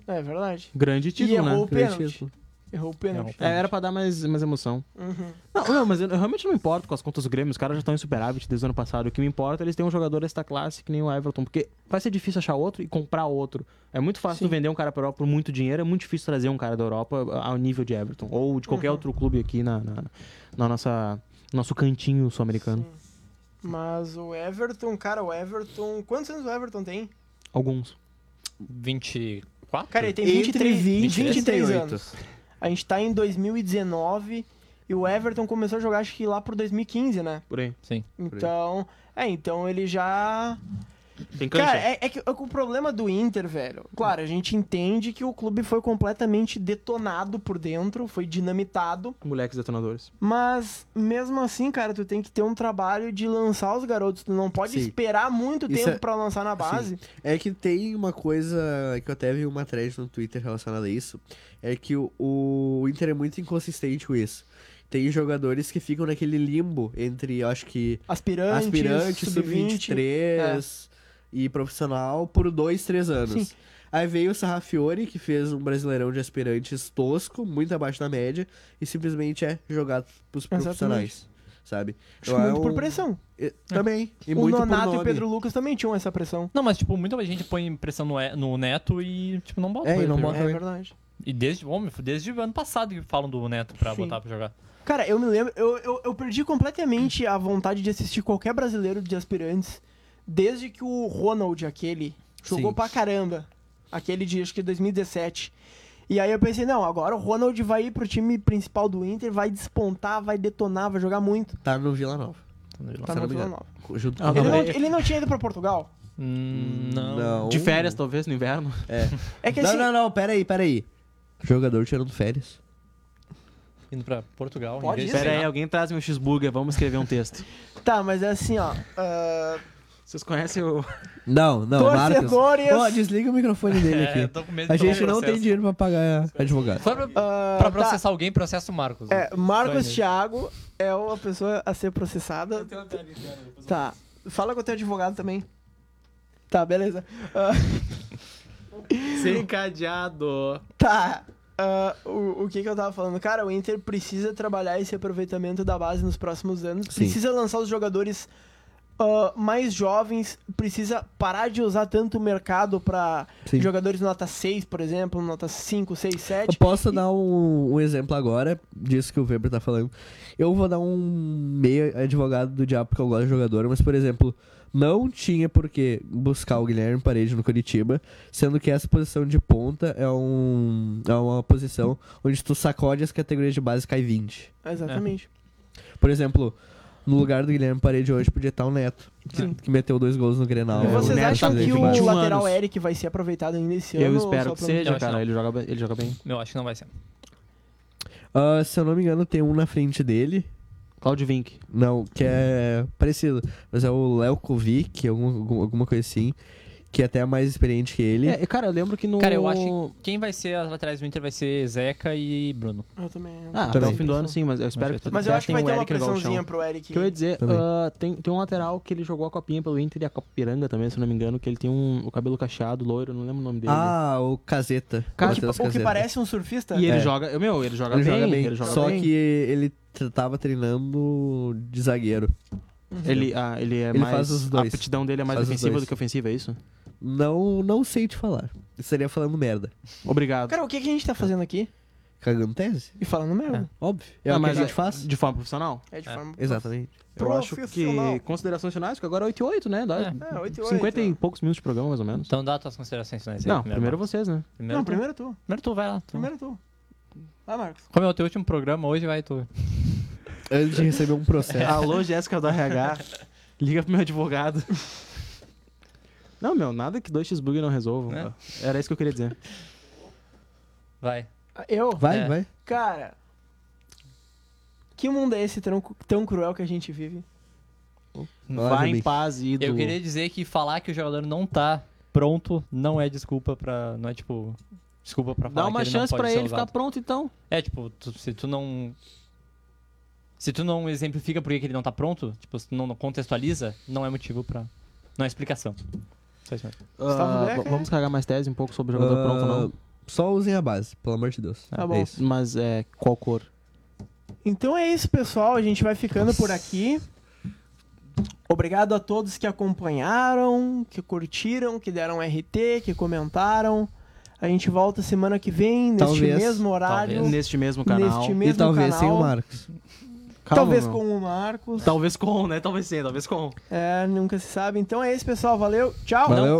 A: É verdade.
C: Grande título,
A: errou
C: né?
A: o pênalti. Errou o pênalti.
C: É, era pra dar mais, mais emoção.
A: Uhum.
C: Não, não, mas eu, eu realmente não me importo com as contas do Grêmio. Os caras já estão em superávit desde o ano passado. O que me importa é eles terem um jogador desta classe que nem o Everton. Porque vai ser difícil achar outro e comprar outro. É muito fácil tu vender um cara pra Europa por muito dinheiro. É muito difícil trazer um cara da Europa ao nível de Everton. Ou de qualquer outro clube aqui na, na, na nossa... Nosso cantinho sul-americano.
A: Mas o Everton, cara, o Everton. Quantos anos o Everton tem?
C: Alguns.
B: 24?
A: Cara, ele tem 23, 23 anos. A gente tá em 2019 e o Everton começou a jogar, acho que lá pro 2015, né?
C: Por aí.
B: Sim.
A: Então. É, então ele já.
C: Tem cancha.
A: Cara, é, é que é que o problema do Inter, velho. Claro, a gente entende que o clube foi completamente detonado por dentro, foi dinamitado.
C: Moleques detonadores.
A: Mas mesmo assim, cara, tu tem que ter um trabalho de lançar os garotos. Tu não pode
D: Sim.
A: esperar muito
D: Isso
A: tempo
D: é-
A: pra lançar na base.
D: É que tem uma coisa que eu até vi uma thread no Twitter relacionada a isso. É que o, o Inter é muito inconsistente com isso. Tem jogadores que ficam naquele limbo entre, eu acho que,
A: Aspirantes,
D: aspirante,
A: sub-20.
D: sub-23 e profissional por dois, três anos.
A: é. Sim.
D: Aí veio o Sarrafiore, que fez um brasileirão de aspirantes tosco, muito abaixo da média, e simplesmente é jogado pros
A: Exatamente.
D: profissionais. Sabe?
A: Acho que
D: Lá é
A: muito por
D: um-
A: pressão. É.
D: e- Também. E
A: o
D: muito por
A: Nonato e o
D: nome.
A: Pedro Lucas também tinham essa pressão.
B: Não, mas, tipo, muita gente põe pressão no, E- no Neto e, tipo, não bota.
D: É, e
B: ele
D: não
B: pra
D: bota.
B: jogar.
A: É
D: também.
A: verdade.
B: E desde, homem, desde o ano passado que falam do Neto pra
A: Sim.
B: botar pra jogar.
A: Cara, eu me lembro, eu, eu, eu perdi completamente a vontade de assistir qualquer brasileiro de aspirantes desde que o Ronald, aquele, jogou
D: Sim.
A: pra caramba. Aquele de acho que 2017. E aí eu pensei, não, agora o Ronald vai ir pro time principal do Inter, vai despontar, vai detonar, vai jogar muito.
D: Tá no Vila Nova.
A: Tá
D: não
A: no
D: me
A: Vila
D: engano.
A: Nova.
D: Junto
C: Ah,
D: com
A: Ele
C: não,
A: não,
C: é-
A: ele não tinha ido pra Portugal.
B: Hum, não.
C: De férias, talvez, no inverno.
A: É que
D: não,
A: assim,
D: não, não, peraí, peraí. Jogador tirando férias.
B: Indo pra Portugal.
A: Pode
B: em vez
A: ir,
B: de
C: Pera aí,
B: treinar.
C: um alguém traz meu cheeseburger, vamos escrever um texto.
A: tá, mas é assim, ó. ah,
C: Vocês conhecem o.
D: Não, não, Marcos.
A: Torcedores.
D: Ó, desliga o microfone dele
B: É, eu
D: aqui.
B: tô com medo
D: A
B: de tomar
D: gente não tem
B: processo.
D: dinheiro pra pagar advogado.
B: Só pra,
A: Ah,
B: pra
A: tá.
B: processar alguém, processa o Marcos.
A: É,
B: Vai,
A: Marcos
B: gente.
A: Thiago é a pessoa a ser processada. Tá. Fala com o teu advogado também. Tá, beleza. Ah,
C: Sem cadeado.
A: tá. Ah, o, o que que eu tava falando? Cara, o Inter precisa trabalhar esse aproveitamento da base nos próximos anos.
D: Sim.
A: Precisa lançar os jogadores ah, mais jovens. Precisa parar de usar tanto o mercado pra
D: Sim.
A: jogadores nota 6, por exemplo, nota 5, 6, 7.
D: Eu posso dar um, um exemplo agora disso que o Weber tá falando. Eu vou dar um meio advogado do diabo porque eu gosto de jogador, mas, por exemplo, não tinha por que buscar o Guilherme Parede no Curitiba, sendo que essa posição de ponta é, um, é uma posição onde tu sacode as categorias de base e cai 20.
A: Exatamente.
D: Por exemplo, no lugar do Guilherme Parede hoje podia estar o Neto, que,
A: Sim.
D: que meteu dois gols no Grenal.
A: E
C: É,
A: vocês
C: o Neto
A: acham
C: tá
A: que
C: com
A: o
C: 21
A: lateral
C: anos.
A: Eric vai ser aproveitado ainda esse ano?
C: Eu
A: ou só um
C: espero que
A: pro-
B: Eu
C: seja,
B: acho não.
C: cara. Ele joga, bem- ele joga bem.
B: Eu acho que não vai ser.
D: Ah, se eu não me engano, tem um na frente dele,
C: Claudio Vink.
D: Não, que é parecido. Mas é o Léo Kovic, é algum- algum- alguma coisa assim. Que até é mais experiente que ele.
C: É, cara, eu lembro que no.
B: Cara, eu acho que quem vai ser as laterais do Inter vai ser Zeca e Bruno.
A: Eu também.
C: Ah, até
D: Também.
C: o fim do ano sim, mas eu espero
B: Mas
C: que um
A: Mas eu acho que vai ter uma pressãozinha
C: pressãozinha.
A: pro Eric.
C: O que eu ia dizer,
D: Também.
C: ah, tem, tem um lateral que ele jogou a copinha pelo Inter e a Copiranga também, se eu não me engano, que ele tem um, o cabelo cacheado, loiro, não lembro o nome dele.
D: ah, o Caseta.
C: Cara,
A: Tipo,
D: Matheus
A: o que
D: Caseta.
A: parece um surfista?
C: e ele
D: É.
C: joga, eu, meu, ele joga
D: Ele
C: bem,
D: joga bem.
C: ele joga
D: só
C: bem.
D: que ele t- tava treinando de zagueiro.
C: Ele, ah, ele é
D: Ele
C: mais.
D: faz os dois.
C: A aptidão dele é mais
D: Faz os
C: defensiva
D: dois.
C: do que ofensiva, é isso?
D: Não, não sei te falar. Estaria falando merda.
C: Obrigado.
A: Cara, o que, que a gente tá fazendo aqui?
D: Cagando tese?
A: E falando merda.
D: Óbvio. É
C: Ah,
D: o que a
C: mas
D: gente
C: é-
D: faz.
C: De forma profissional?
A: É, de
B: É.
A: forma.
D: Exatamente.
C: Eu acho que.
A: Profissional.
C: Considerações finais, que agora é 8 e 8, né? Dá
B: É.
A: É, 8 e 8.
C: 50 e poucos minutos de programa, mais ou menos.
B: Então dá tuas considerações finais aí.
C: Não, primeiro vocês, né?
B: primeiro,
A: Não,
B: tu.
A: primeiro tu.
B: Primeiro tu, vai lá. tu.
A: Primeiro tu. Vai, Marcos.
B: Como é o teu último programa hoje, vai tu.
D: Antes de receber um processo.
C: Alô, Jéssica do RH. Liga pro meu advogado. Não, meu, nada que dois X-Bug não resolvam.
B: Né?
C: Era isso que eu queria dizer.
B: Vai.
A: Ah, Eu?
D: Vai,
B: É.
D: vai.
A: Cara. Que mundo é esse tão, tão cruel que a gente vive?
D: Vai,
C: Vai em
D: Rubinho.
C: paz, Ido.
B: Eu queria dizer que falar que o jogador não tá pronto não é desculpa pra. Não é tipo. Desculpa pra falar
C: Dá uma
B: que ele não
C: chance
B: pode
C: pra
B: ser
C: ele
B: usado.
C: ficar pronto, então.
B: É, tipo, tu- se tu não. Se tu não exemplifica por que que ele não tá pronto, tipo, se tu não contextualiza, não é motivo pra. Não é explicação. Só isso mesmo.
A: Gustavo
C: Ah,
A: Becker.
C: v- vamos carregar mais tese um pouco sobre o jogador
D: Ah,
C: pronto, não.
D: Só usem a base, pelo amor de Deus.
A: Tá
D: É
A: bom.
D: isso.
C: Mas é, qual cor?
A: Então é isso, pessoal. A gente vai ficando por aqui. Obrigado a todos que acompanharam, que curtiram, que deram RT, que comentaram. A gente volta semana que vem, neste
D: Talvez.
A: mesmo horário,
B: Talvez.
C: Neste mesmo canal.
A: neste
D: E
A: mesmo
D: talvez
A: canal.
D: sem o Marcos.
C: Calma,
A: talvez
C: meu.
A: com o Marcos.
C: Talvez com, né? Talvez sim, talvez com.
A: É, nunca se sabe. Então é isso, pessoal. Valeu. Tchau.
D: Valeu.